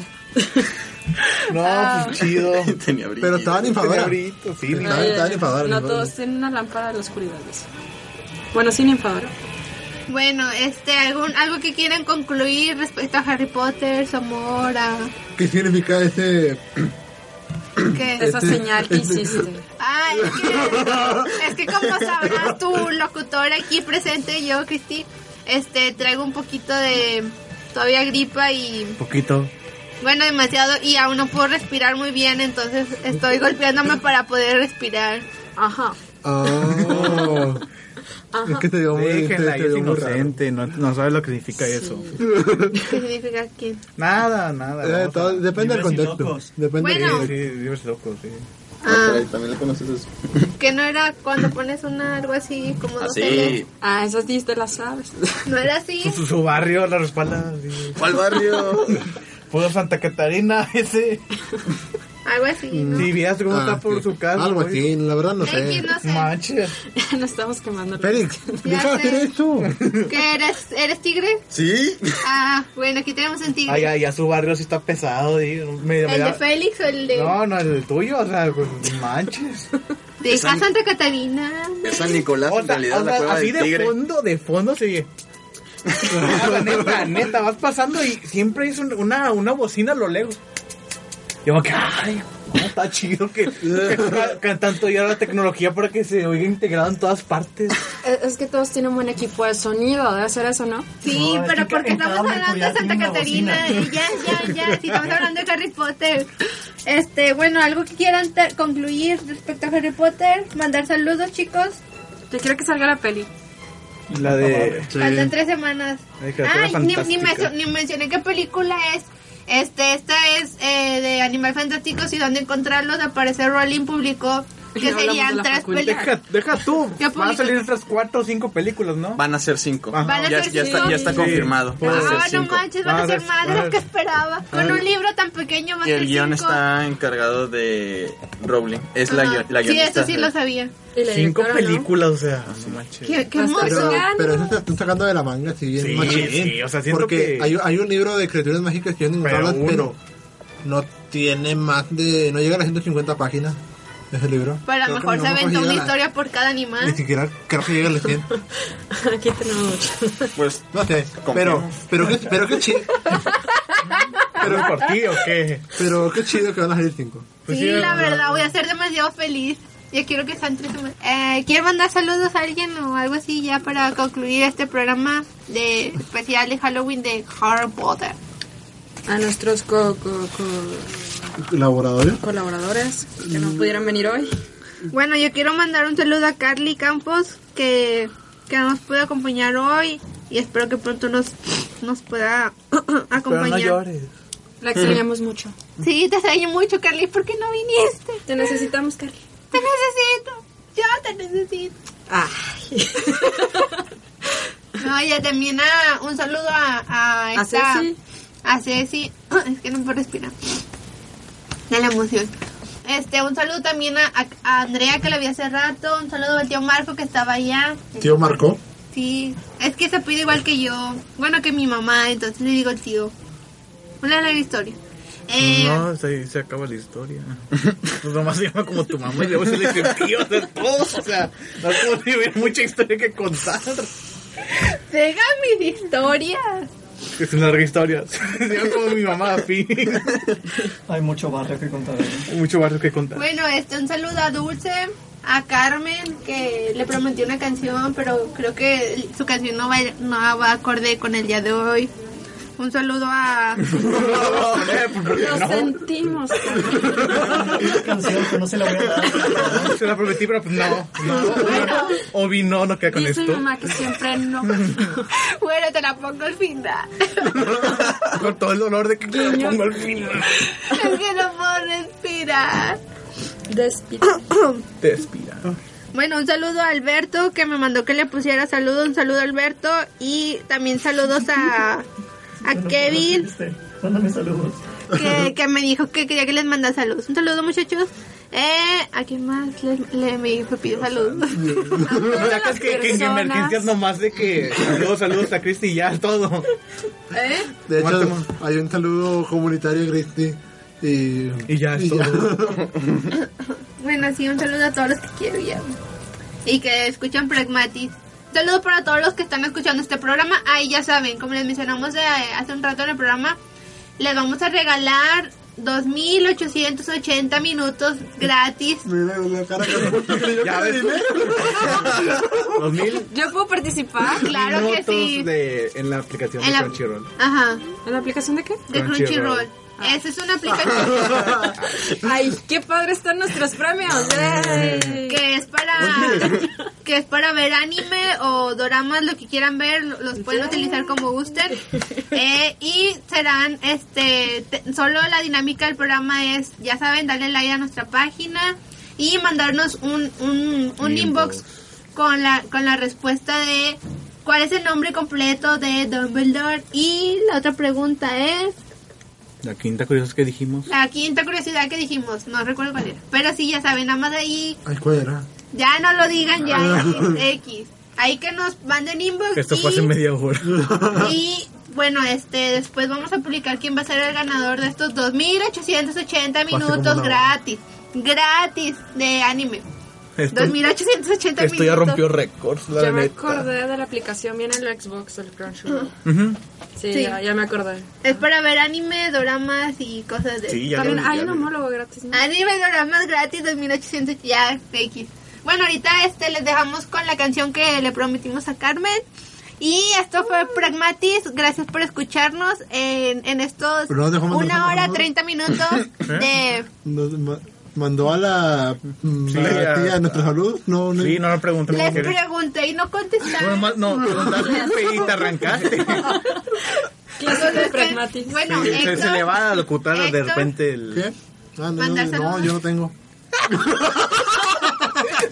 Speaker 5: No,
Speaker 2: Ah.
Speaker 5: pues chido.
Speaker 6: Tenía
Speaker 4: Pero estaban
Speaker 5: Tenía
Speaker 4: enfadadas.
Speaker 5: brillito, sí.
Speaker 4: Estaban estaban enfadadas.
Speaker 9: no
Speaker 4: ninfadora.
Speaker 9: todos tienen una lámpara de la oscuridad. eso. Bueno, sin enfadora.
Speaker 2: Bueno, este, algún, algo que quieran concluir respecto a Harry Potter, su amor, a...
Speaker 4: ¿Qué significa ese
Speaker 2: ¿qué?
Speaker 4: Esa
Speaker 5: Este-
Speaker 4: señal que hiciste.
Speaker 2: Ay, es que, es que como sabrás tu locutor aquí presente, yo, Cristi, este, traigo un poquito de todavía gripa y,
Speaker 5: Poquito.
Speaker 2: bueno, demasiado, y aún no puedo respirar muy bien, entonces estoy golpeándome para poder respirar.
Speaker 9: Ajá.
Speaker 4: Oh.
Speaker 2: Ajá.
Speaker 4: Es que te dio muy, te,
Speaker 5: Déjenla,
Speaker 4: te
Speaker 5: ella es
Speaker 4: dio este, muy raro.
Speaker 5: inocente, no, no sabe lo que significa eso.
Speaker 2: ¿Qué significa aquí?
Speaker 5: Nada, nada.
Speaker 4: Eh,
Speaker 5: vamos
Speaker 4: todo-
Speaker 5: a-
Speaker 4: depende del
Speaker 5: Libres y
Speaker 4: contexto,
Speaker 5: locos.
Speaker 4: depende del Bueno.
Speaker 5: Sí, sí, libres y locos, sí.
Speaker 2: Ah. caray,
Speaker 6: también le conoces eso.
Speaker 2: Que no era cuando pones una, algo así, como dos
Speaker 6: Así.
Speaker 2: Ls?
Speaker 9: Ah, esas dis te las sabes.
Speaker 2: No era así.
Speaker 5: Su, su barrio, la respalda.
Speaker 6: ¿Cuál barrio?
Speaker 5: Pudo Santa Catarina, ese.
Speaker 2: Algo así, ¿no?
Speaker 5: Si vieras cómo
Speaker 4: Ah,
Speaker 5: está por
Speaker 4: sí.
Speaker 5: su casa.
Speaker 4: Algo así, la verdad no
Speaker 2: X,
Speaker 4: sé.
Speaker 2: no sé.
Speaker 9: no estamos quemando.
Speaker 4: Félix, deja de hacer esto.
Speaker 2: ¿Qué eres? ¿Eres tigre?
Speaker 5: ¿Sí?
Speaker 2: Ah, bueno, aquí tenemos un tigre.
Speaker 5: Ay, ay, ya su barrio sí está pesado. sí, me- me
Speaker 2: ¿El de
Speaker 5: da-
Speaker 2: Félix o el de,
Speaker 5: No, no, el tuyo, o sea, pues, manches.
Speaker 2: de San... Santa Catarina?
Speaker 6: Es San Nicolás, en realidad,
Speaker 5: O sea,
Speaker 6: la cueva
Speaker 5: así
Speaker 6: del
Speaker 5: de
Speaker 6: tigre.
Speaker 5: fondo, de fondo se oye. Ah, la neta, la neta, vas pasando y siempre es un- una, una bocina a lo lejos. Yo me quedo, ay, no, está chido que, que ca- ca- tanto ya la tecnología para que se oiga integrado en todas partes.
Speaker 9: eh, Es, es que todos tienen buen equipo de sonido, debe ser eso, ¿no?
Speaker 2: Sí, pero porque estamos hablando de Santa Catarina.
Speaker 9: bocina.
Speaker 2: eh, Ya, ya, ya. Si estamos hablando de Harry Potter. Este, bueno, algo que quieran te- concluir respecto a Harry Potter. Mandar saludos, chicos.
Speaker 9: Yo quiero que salga la peli.
Speaker 5: La de.
Speaker 2: Faltan tres semanas.
Speaker 5: Ay, que la
Speaker 2: Ay,
Speaker 5: Tierra
Speaker 2: ni, ni, mencio-
Speaker 5: Fantástica.
Speaker 2: ni mencioné qué película es. Este, esta es eh, de Animal Fantásticos y dónde encontrarlos. Aparece Rowling publicó que serían tres películas.
Speaker 5: Deja, deja tú.
Speaker 2: ¿Qué
Speaker 5: Van a
Speaker 2: publica?
Speaker 5: salir otras cuatro o cinco películas, ¿no?
Speaker 6: Van a ser cinco.
Speaker 5: Ajá.
Speaker 2: Van a
Speaker 6: ya,
Speaker 2: ser
Speaker 6: ya está, ya está
Speaker 5: cinco.
Speaker 6: confirmado.
Speaker 5: Sí.
Speaker 6: Van a
Speaker 5: Ah,
Speaker 6: ser
Speaker 2: Ah, no
Speaker 6: cinco.
Speaker 2: manches, van
Speaker 6: Van
Speaker 2: a
Speaker 6: a
Speaker 2: ser
Speaker 6: ser-
Speaker 2: más de
Speaker 6: van a
Speaker 2: lo
Speaker 6: ser-
Speaker 2: que esperaba.
Speaker 6: van
Speaker 2: Con
Speaker 6: a-
Speaker 2: un libro tan pequeño van a ser
Speaker 6: El guión
Speaker 2: cinco.
Speaker 6: está encargado de Rowling. Es la,
Speaker 2: Ajá.
Speaker 6: guio- la
Speaker 2: Sí,
Speaker 6: guionista.
Speaker 2: eso sí lo sabía.
Speaker 5: Cinco películas, o sea. no manches.
Speaker 2: Qué, qué
Speaker 4: Pero,
Speaker 2: hermoso.
Speaker 4: pero eso se están sacando de la manga, si bien
Speaker 5: Sí,
Speaker 4: machín.
Speaker 5: sí, o sea, siento
Speaker 4: Porque
Speaker 5: que-
Speaker 4: hay, hay un libro de criaturas mágicas que yo no
Speaker 5: Pero
Speaker 4: hablas,
Speaker 5: uno.
Speaker 4: pero no tiene más de. No llega a las 150 páginas ese libro.
Speaker 2: Pero Pues a lo
Speaker 4: Creo que
Speaker 2: mejor
Speaker 4: no
Speaker 2: se
Speaker 4: hemos
Speaker 2: aventó
Speaker 4: llegado
Speaker 2: una
Speaker 4: a la-
Speaker 2: historia por cada
Speaker 4: Ni
Speaker 2: animal.
Speaker 4: siquiera creo que llega a las 100.
Speaker 9: Aquí tenemos.
Speaker 6: Pues
Speaker 4: no sé, pero, pero, qué, pero qué chido. pero,
Speaker 5: ¿Por ti o qué?
Speaker 4: Pero qué chido que van a salir 5.
Speaker 2: sí, la verdad, voy a ser demasiado feliz. Ya quiero que sean tres semanas. Eh, ¿Quieren mandar saludos a alguien o algo así ya para concluir este programa de especial de Halloween de Harry Potter?
Speaker 9: A nuestros co- co- co-
Speaker 4: Laboratorio.
Speaker 9: colaboradores que no pudieran venir hoy.
Speaker 2: Bueno, yo quiero mandar un saludo a Carly Campos que, que nos pudo acompañar hoy y espero que pronto nos nos pueda
Speaker 12: Pero no
Speaker 2: acompañar.
Speaker 12: llores.
Speaker 9: La extrañamos mucho.
Speaker 2: Sí, te extraño mucho, Carly. ¿Por qué no viniste?
Speaker 9: Te necesitamos, Carly.
Speaker 2: Te necesito. Yo te necesito. No, y también ah, un saludo a, a
Speaker 9: ¿A
Speaker 2: esta...
Speaker 9: Ceci?
Speaker 2: A Ceci. Es que no puedo respirar. De la emoción. Este, un saludo también a, a- a Andrea, que la vi hace rato. Un saludo al tío Marco, que estaba allá.
Speaker 4: Tío Marco.
Speaker 2: Sí, es que se pide igual que yo. Bueno, que mi mamá, entonces le digo tío. Una larga historia. Eh,
Speaker 12: No, se, se acaba la historia.
Speaker 5: Pues nomás se llama como tu mamá y luego se le tío de todos. O sea, no es como si hubiera mucha historia que contar.
Speaker 2: Deja mis historias.
Speaker 5: Es una larga historia. Se llama como mi mamá, fin.
Speaker 10: Hay mucho barrio que contar.
Speaker 5: Hay mucho barrio que contar.
Speaker 2: Bueno, este, un saludo a Dulce, a Carmen, que le prometí una canción, pero creo que su canción no va, no va acorde con el día de hoy. Un saludo a...
Speaker 5: eh,
Speaker 9: Lo sentimos.
Speaker 10: Una canción, pero no se la voy a dar.
Speaker 5: Se la prometí, pero pues no. no. Obi no, no queda con
Speaker 9: Dice mi
Speaker 5: esto.
Speaker 9: mamá que siempre no.
Speaker 2: bueno, te la pongo al final.
Speaker 5: Con todo el dolor de que le pongo al final.
Speaker 2: es que no puedo respirar.
Speaker 9: Despide.
Speaker 5: Te despida.
Speaker 2: Bueno, un saludo a Alberto, que me mandó que le pusiera saludo. Un saludo a Alberto. Y también saludos a, a Kevin,
Speaker 10: Mándame saludos.
Speaker 2: que, que me dijo que quería que les mandara saludos. Un saludo, muchachos. Eh, ¿A quién más le, le me pidió saludos?
Speaker 5: Sacas que, que en
Speaker 9: personas.
Speaker 5: emergencias nomás de que saludos, saludos a Cristi y ya todo.
Speaker 9: ¿Eh?
Speaker 4: De hecho,
Speaker 5: Mátame.
Speaker 4: hay un saludo comunitario, Christy. Y,
Speaker 5: Y ya es
Speaker 4: y ya.
Speaker 5: todo.
Speaker 2: Bueno, sí, un saludo a todos los que quiero ya. Y que escuchan Pragmatis. Un saludo para todos los que están escuchando este programa. Ahí ya saben, como les mencionamos eh, hace un rato en el programa, les vamos a regalar 2.880 minutos gratis.
Speaker 4: Mira la cara que me pone, yo
Speaker 5: Ya
Speaker 4: quiero
Speaker 5: ves.
Speaker 4: dinero.
Speaker 5: 2000
Speaker 9: Yo puedo participar.
Speaker 2: Claro que
Speaker 5: minutos
Speaker 2: sí.
Speaker 5: de, en la aplicación
Speaker 2: En
Speaker 5: de
Speaker 2: la-
Speaker 5: Crunchyroll.
Speaker 2: Ajá,
Speaker 9: ¿En la aplicación de qué?
Speaker 2: de
Speaker 5: Crunchyroll. Ah.
Speaker 2: Crunchyroll. Esa es una aplicación
Speaker 9: Ay, qué padre están nuestros premios. ¡Yay!
Speaker 2: que es para que es para ver anime o doramas, lo que quieran ver, lo- los pueden utilizar como gusten. Eh, y serán, este, te- solo la dinámica del programa es, ya saben, darle like a nuestra página y mandarnos un, un, un inbox con la, con la respuesta de cuál es el nombre completo de Dumbledore. Y la otra pregunta es...
Speaker 5: La quinta curiosa que dijimos.
Speaker 2: La quinta curiosidad que dijimos, no recuerdo cuál era. Pero sí, ya saben, nada más ahí
Speaker 4: Ay, ¿cuál era?
Speaker 2: ya no lo digan, ya
Speaker 4: Ah.
Speaker 2: X. X. Ahí que nos manden inbox.
Speaker 5: Esto
Speaker 2: y,
Speaker 5: fue hace media hora.
Speaker 2: y, bueno, este, después vamos a publicar quién va a ser el ganador de estos 2880
Speaker 4: como
Speaker 2: minutos
Speaker 4: una hora.
Speaker 2: gratis. Gratis de anime.
Speaker 5: Esto,
Speaker 2: 2880
Speaker 5: esto ya
Speaker 2: minutos.
Speaker 5: rompió récords, la
Speaker 9: Este Ya me
Speaker 5: neta.
Speaker 9: acordé de la aplicación. Viene el Xbox, el Crunchyroll.
Speaker 5: Ujú.
Speaker 9: Sí,
Speaker 2: Sí.
Speaker 9: Ya, ya me acordé.
Speaker 2: Es para ver anime, doramas y cosas de.
Speaker 6: Sí, ya
Speaker 9: También
Speaker 6: lo-
Speaker 9: hay
Speaker 6: ya
Speaker 9: un
Speaker 6: lo-
Speaker 9: homólogo gratis. ¿no?
Speaker 2: Anime, doramas gratis, 2800 ya X. Bueno, ahorita este les dejamos con la canción que le prometimos a Carmen. Y esto fue Pragmatis. Gracias por escucharnos en, en estos
Speaker 4: Pero no dejamos-
Speaker 2: una
Speaker 4: dejamos-
Speaker 2: hora
Speaker 4: dejamos-
Speaker 2: 30 minutos de...
Speaker 5: ¿Eh?
Speaker 4: Nos ma- mandó a la,
Speaker 5: Sí,
Speaker 4: a la
Speaker 5: a-
Speaker 4: tía a nuestros
Speaker 5: a-
Speaker 4: saludos. No, no.
Speaker 5: Sí, no lo pregunté.
Speaker 2: Les
Speaker 5: porque-
Speaker 2: pregunté y no
Speaker 5: Bueno,
Speaker 2: contestaron.
Speaker 5: más- no, preguntaste un pedito, arrancaste.
Speaker 9: Clase de pragmatismo.
Speaker 2: Bueno,
Speaker 5: Sí, se,
Speaker 2: Héctor,
Speaker 5: se le va a locutar de
Speaker 2: Héctor.
Speaker 5: repente el.
Speaker 4: ¿Qué? Ah, no,
Speaker 2: Mandar
Speaker 4: no,
Speaker 2: saludos.
Speaker 4: yo no tengo.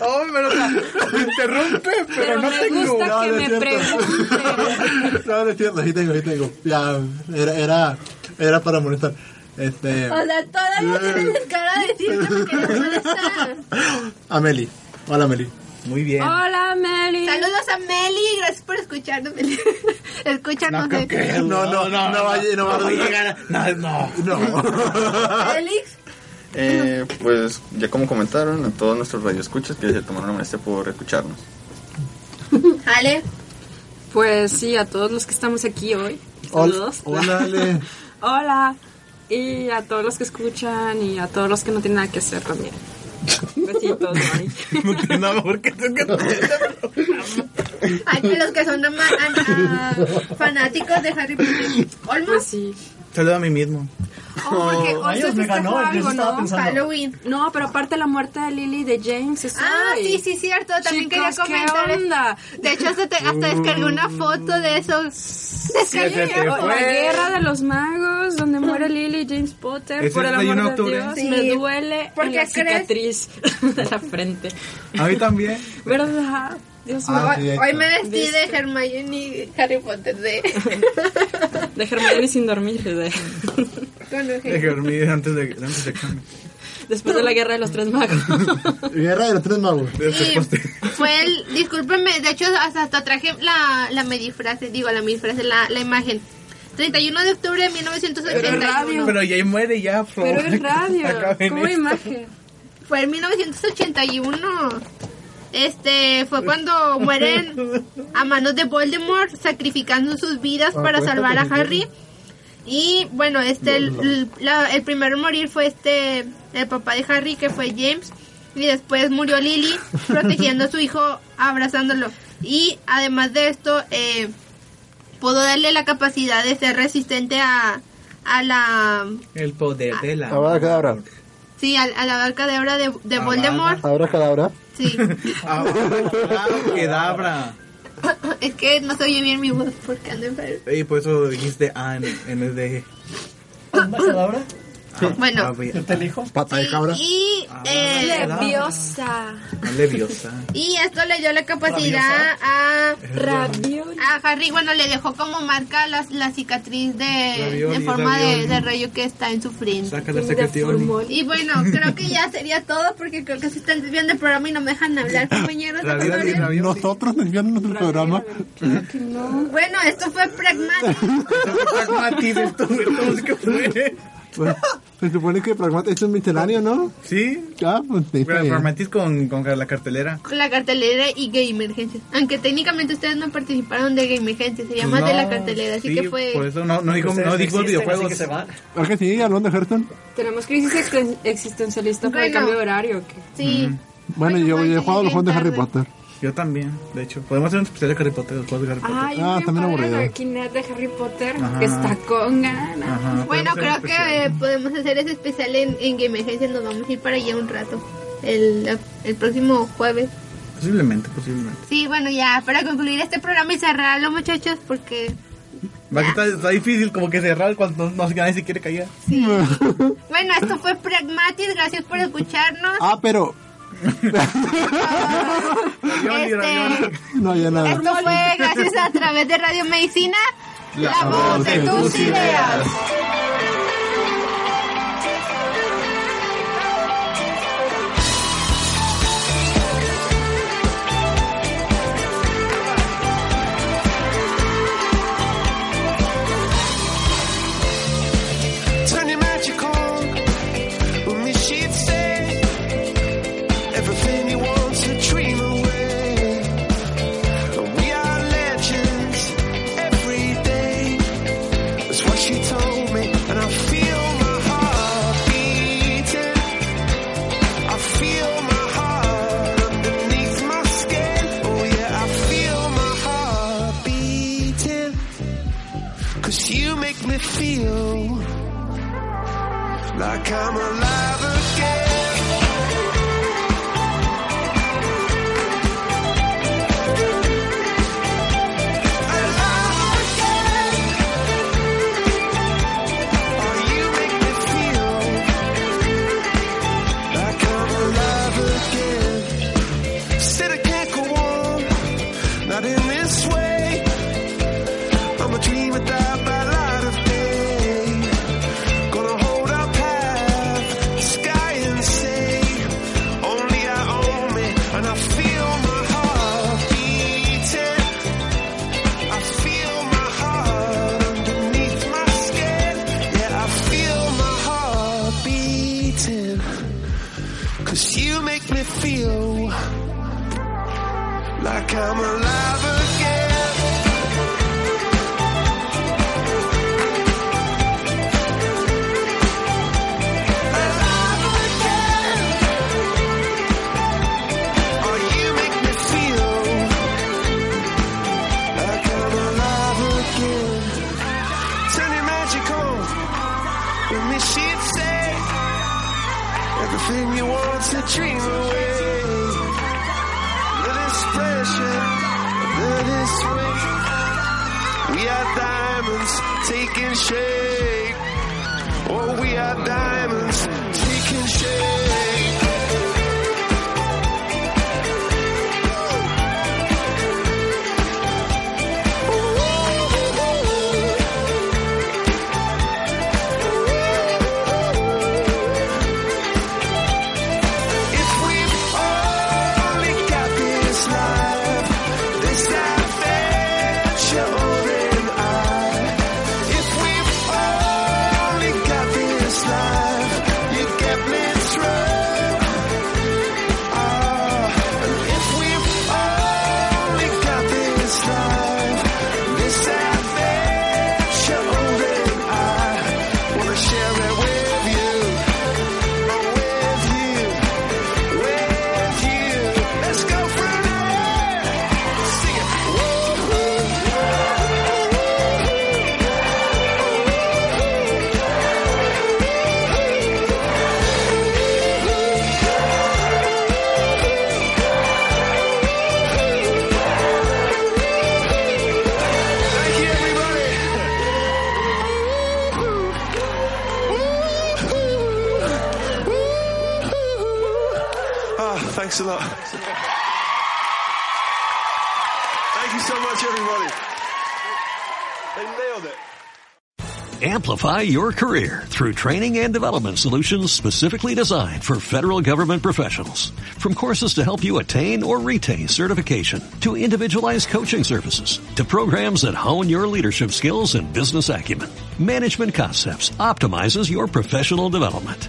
Speaker 5: Oh, pero me interrumpe, pero,
Speaker 9: Pero
Speaker 5: no
Speaker 9: me
Speaker 5: tengo.
Speaker 9: gusta
Speaker 4: No,
Speaker 9: que
Speaker 4: no es
Speaker 9: me
Speaker 4: cierto.
Speaker 9: pregunten.
Speaker 4: No, no es cierto, sí tengo, sí tengo. Ya, era, era, era para molestar. Este,
Speaker 2: O sea, todavía tienes cara de decir que me querías molestar.
Speaker 4: Ameli. Hola, Ameli.
Speaker 5: Muy bien.
Speaker 9: Hola, Meli.
Speaker 2: Saludos a Meli, gracias por escucharnos. Meli. Escúchanos.
Speaker 5: creo
Speaker 2: eh.
Speaker 5: que-
Speaker 4: No, no, no vaya- no
Speaker 5: va a
Speaker 4: vaya-
Speaker 5: llegar. a- No, no.
Speaker 4: No.
Speaker 2: Félix.
Speaker 6: Eh, pues ya como comentaron a todos nuestros radioescuchas que se tomaron la molestia por escucharnos.
Speaker 2: Ale.
Speaker 9: Pues sí, a todos los que estamos aquí hoy.
Speaker 4: Hola,
Speaker 9: Saludos.
Speaker 4: hola, Ale.
Speaker 9: Hola. Y a todos los que escuchan y a todos los que no tienen nada que hacer también. Besitos, bye.
Speaker 5: No tiene nada mejor que hacer que
Speaker 2: Hay que los que son ama- an- a- fanáticos de Harry Potter. Olmos.
Speaker 9: Pues sí.
Speaker 5: Saluda a mí mismo.
Speaker 2: Oh, porque
Speaker 10: Oh,
Speaker 2: Oso
Speaker 10: rayos, me
Speaker 2: festejó
Speaker 10: ganó, yo
Speaker 2: algo,
Speaker 10: estaba
Speaker 2: ¿no?
Speaker 10: pensando.
Speaker 2: Halloween.
Speaker 9: No, pero aparte la muerte de Lily y de James. es
Speaker 2: Ah,
Speaker 9: hoy.
Speaker 2: sí, sí, cierto. También
Speaker 9: Chicos,
Speaker 2: quería comentar.
Speaker 9: ¿qué onda?
Speaker 2: De hecho, hasta, te- hasta descargué una foto de eso. Descargué
Speaker 9: Sí, o la guerra de los magos, donde muere Lily y James Potter.
Speaker 5: Ese
Speaker 9: por el
Speaker 5: es el 31 de
Speaker 9: amor de
Speaker 5: octubre.
Speaker 9: Dios,
Speaker 2: Sí.
Speaker 9: me duele
Speaker 2: ¿Por
Speaker 9: en
Speaker 2: qué
Speaker 9: la
Speaker 2: crees?
Speaker 9: cicatriz de la frente.
Speaker 5: A mí también.
Speaker 9: ¿Verdad? Dios mío.
Speaker 5: Ah, sí,
Speaker 2: hoy,
Speaker 5: ahí
Speaker 2: hoy
Speaker 5: está.
Speaker 2: me vestí de Hermione y Harry Potter de...
Speaker 9: De Hermione sin dormir. de-
Speaker 2: con el
Speaker 5: Hay que dormir antes de, antes de examen.
Speaker 9: Después de la guerra de los tres magos.
Speaker 10: Guerra de los tres magos.
Speaker 2: Y fue el, discúlpenme, de hecho hasta, hasta traje la, la me disfrace, digo la me disfrace, la, la imagen. 31 de octubre de 1981.
Speaker 7: Pero ya muere ya. por
Speaker 9: Pero
Speaker 7: favor.
Speaker 9: es radio,
Speaker 7: Acaben
Speaker 9: como
Speaker 7: esto.
Speaker 9: imagen.
Speaker 2: Fue en 1981. Este fue cuando mueren a manos de Voldemort sacrificando sus vidas
Speaker 4: Ah,
Speaker 2: para
Speaker 4: cuéntate,
Speaker 2: salvar a
Speaker 4: cuéntate.
Speaker 2: Harry. Y bueno, este el, el- la- el primero en morir fue este el papá de Harry que fue James y después murió Lily protegiendo a su hijo abrazándolo. Y además de esto eh, pudo darle la capacidad de ser resistente a a la
Speaker 7: El poder de la.
Speaker 10: Habrá cadabra.
Speaker 2: sí a, a la cadabra de, de
Speaker 7: Ah,
Speaker 2: Voldemort.
Speaker 10: Habrá cadabra.
Speaker 2: Sí.
Speaker 7: Quedabra.
Speaker 2: es que no se oye bien mi voz porque ando enfermo.
Speaker 7: Y por eso dijiste A en, en vez de.
Speaker 10: ¿Cadabra?
Speaker 7: Ah,
Speaker 2: Bueno.
Speaker 7: ah, bien.
Speaker 10: ¿Yo te elijo?
Speaker 5: Pata de cabra.
Speaker 2: Y, eh,
Speaker 9: Leviosa.
Speaker 7: Ah, Leviosa.
Speaker 2: y esto le dio la capacidad a,
Speaker 9: Rabiola.
Speaker 2: a Harry. Bueno, le dejó como marca la, la cicatriz de,
Speaker 7: Ravioli,
Speaker 2: de forma de,
Speaker 7: ravioli.
Speaker 2: de rayo que está en su frente.
Speaker 7: Saca la secretión.
Speaker 2: Y bueno, creo que ya sería todo porque creo que se están desviando el programa y no me dejan hablar, compañeros. ¿no?
Speaker 7: Ravioli, ravioli.
Speaker 10: Nosotros desviándonos del programa.
Speaker 2: Bueno, esto fue pragmático.
Speaker 7: Pragmatismo, esto fue todo lo que fue.
Speaker 4: Bueno, Pues, se supone que Pragmata es un misceláneo, ¿no?
Speaker 7: Sí.
Speaker 4: Ah, pues sí, está bien.
Speaker 7: Pragmatis con, con la cartelera.
Speaker 2: La cartelera y Gamergencia. Aunque técnicamente ustedes no participaron de Gamergencia, sería más de la
Speaker 7: No,
Speaker 2: cartelera, así
Speaker 7: sí,
Speaker 2: que fue.
Speaker 7: Por eso no, no digo,
Speaker 10: Ustedes
Speaker 7: no digo
Speaker 10: existen,
Speaker 7: videojuegos.
Speaker 10: así Pues que se van.
Speaker 4: ¿A que sí, hablando de Hearthstone?
Speaker 9: Tenemos crisis ex- existencialista por el
Speaker 2: Bueno.
Speaker 9: cambio de horario. ¿o qué?
Speaker 2: Sí.
Speaker 4: Bueno, yo,
Speaker 2: bueno,
Speaker 4: yo he jugado
Speaker 2: llegué
Speaker 4: los juegos de Harry
Speaker 2: tarde.
Speaker 4: Potter.
Speaker 7: Yo también, de hecho. Podemos hacer un especial de Harry Potter, los juegos de Harry Potter.
Speaker 9: Ay,
Speaker 4: Ah,
Speaker 9: bien
Speaker 4: también
Speaker 9: padre
Speaker 4: aburrido.
Speaker 9: la Kinect de Harry Potter
Speaker 7: Ajá.
Speaker 9: que está con ganas.
Speaker 7: Ajá,
Speaker 2: Bueno,
Speaker 7: podemos hacer
Speaker 2: creo
Speaker 7: un especial.
Speaker 2: que eh, podemos hacer ese especial en, en Gamergencia. Nos vamos a ir para allá un rato. El, el próximo jueves.
Speaker 7: Posiblemente, posiblemente.
Speaker 2: Sí, bueno, ya para concluir este programa y cerrarlo, muchachos, porque.
Speaker 7: Va
Speaker 2: Ah.
Speaker 7: que está, está difícil como que cerrar cuando no, no nadie se quiere callar.
Speaker 2: Sí. bueno, esto fue Pragmatis. Gracias por escucharnos.
Speaker 4: Ah, pero...
Speaker 7: Ravioli,
Speaker 2: Este,
Speaker 7: ravioli.
Speaker 4: No había nada.
Speaker 2: esto fue gracias a través de Radio Medicina. La voz de tus ideas.
Speaker 13: Turn your magic on. Only she'd say everything you want to dream away. We are legends every day. That's what she told me, and I feel my heart beating. I feel my heart underneath my skin. Oh yeah, I feel my heart beating. Cause you make me feel like I'm alive again. Alive again. Oh, you make me feel like I'm alive again. Said I can't go on, not in this way. I'm a dream without my light of day. Gonna hold our path, sky and say, only I own me, and I feel my heart beating. I feel my heart underneath my skin. Yeah, I feel my heart beating. Cause you make me feel like I'm alive again. Oh, you make me feel like I'm alive again. Turn your magic on. Let me pressure that is sweet. We are diamonds taking shape. Oh, we are diamonds taking shape. If we've only got this life, this adventure in I. If we've only got this life, you get me through. Ah, and if we've only got this life, this adventure in I wanna share it with you, with you with you. Let's go for it. Sing it. Thank you, everybody. Ah, thanks a lot. Thank you so much, everybody. They nailed it.
Speaker 14: Amplify your career through training and development solutions specifically designed for federal government professionals. From courses to help you attain or retain certification, to individualized coaching services, to programs that hone your leadership skills and business acumen, Management Concepts optimizes your professional development.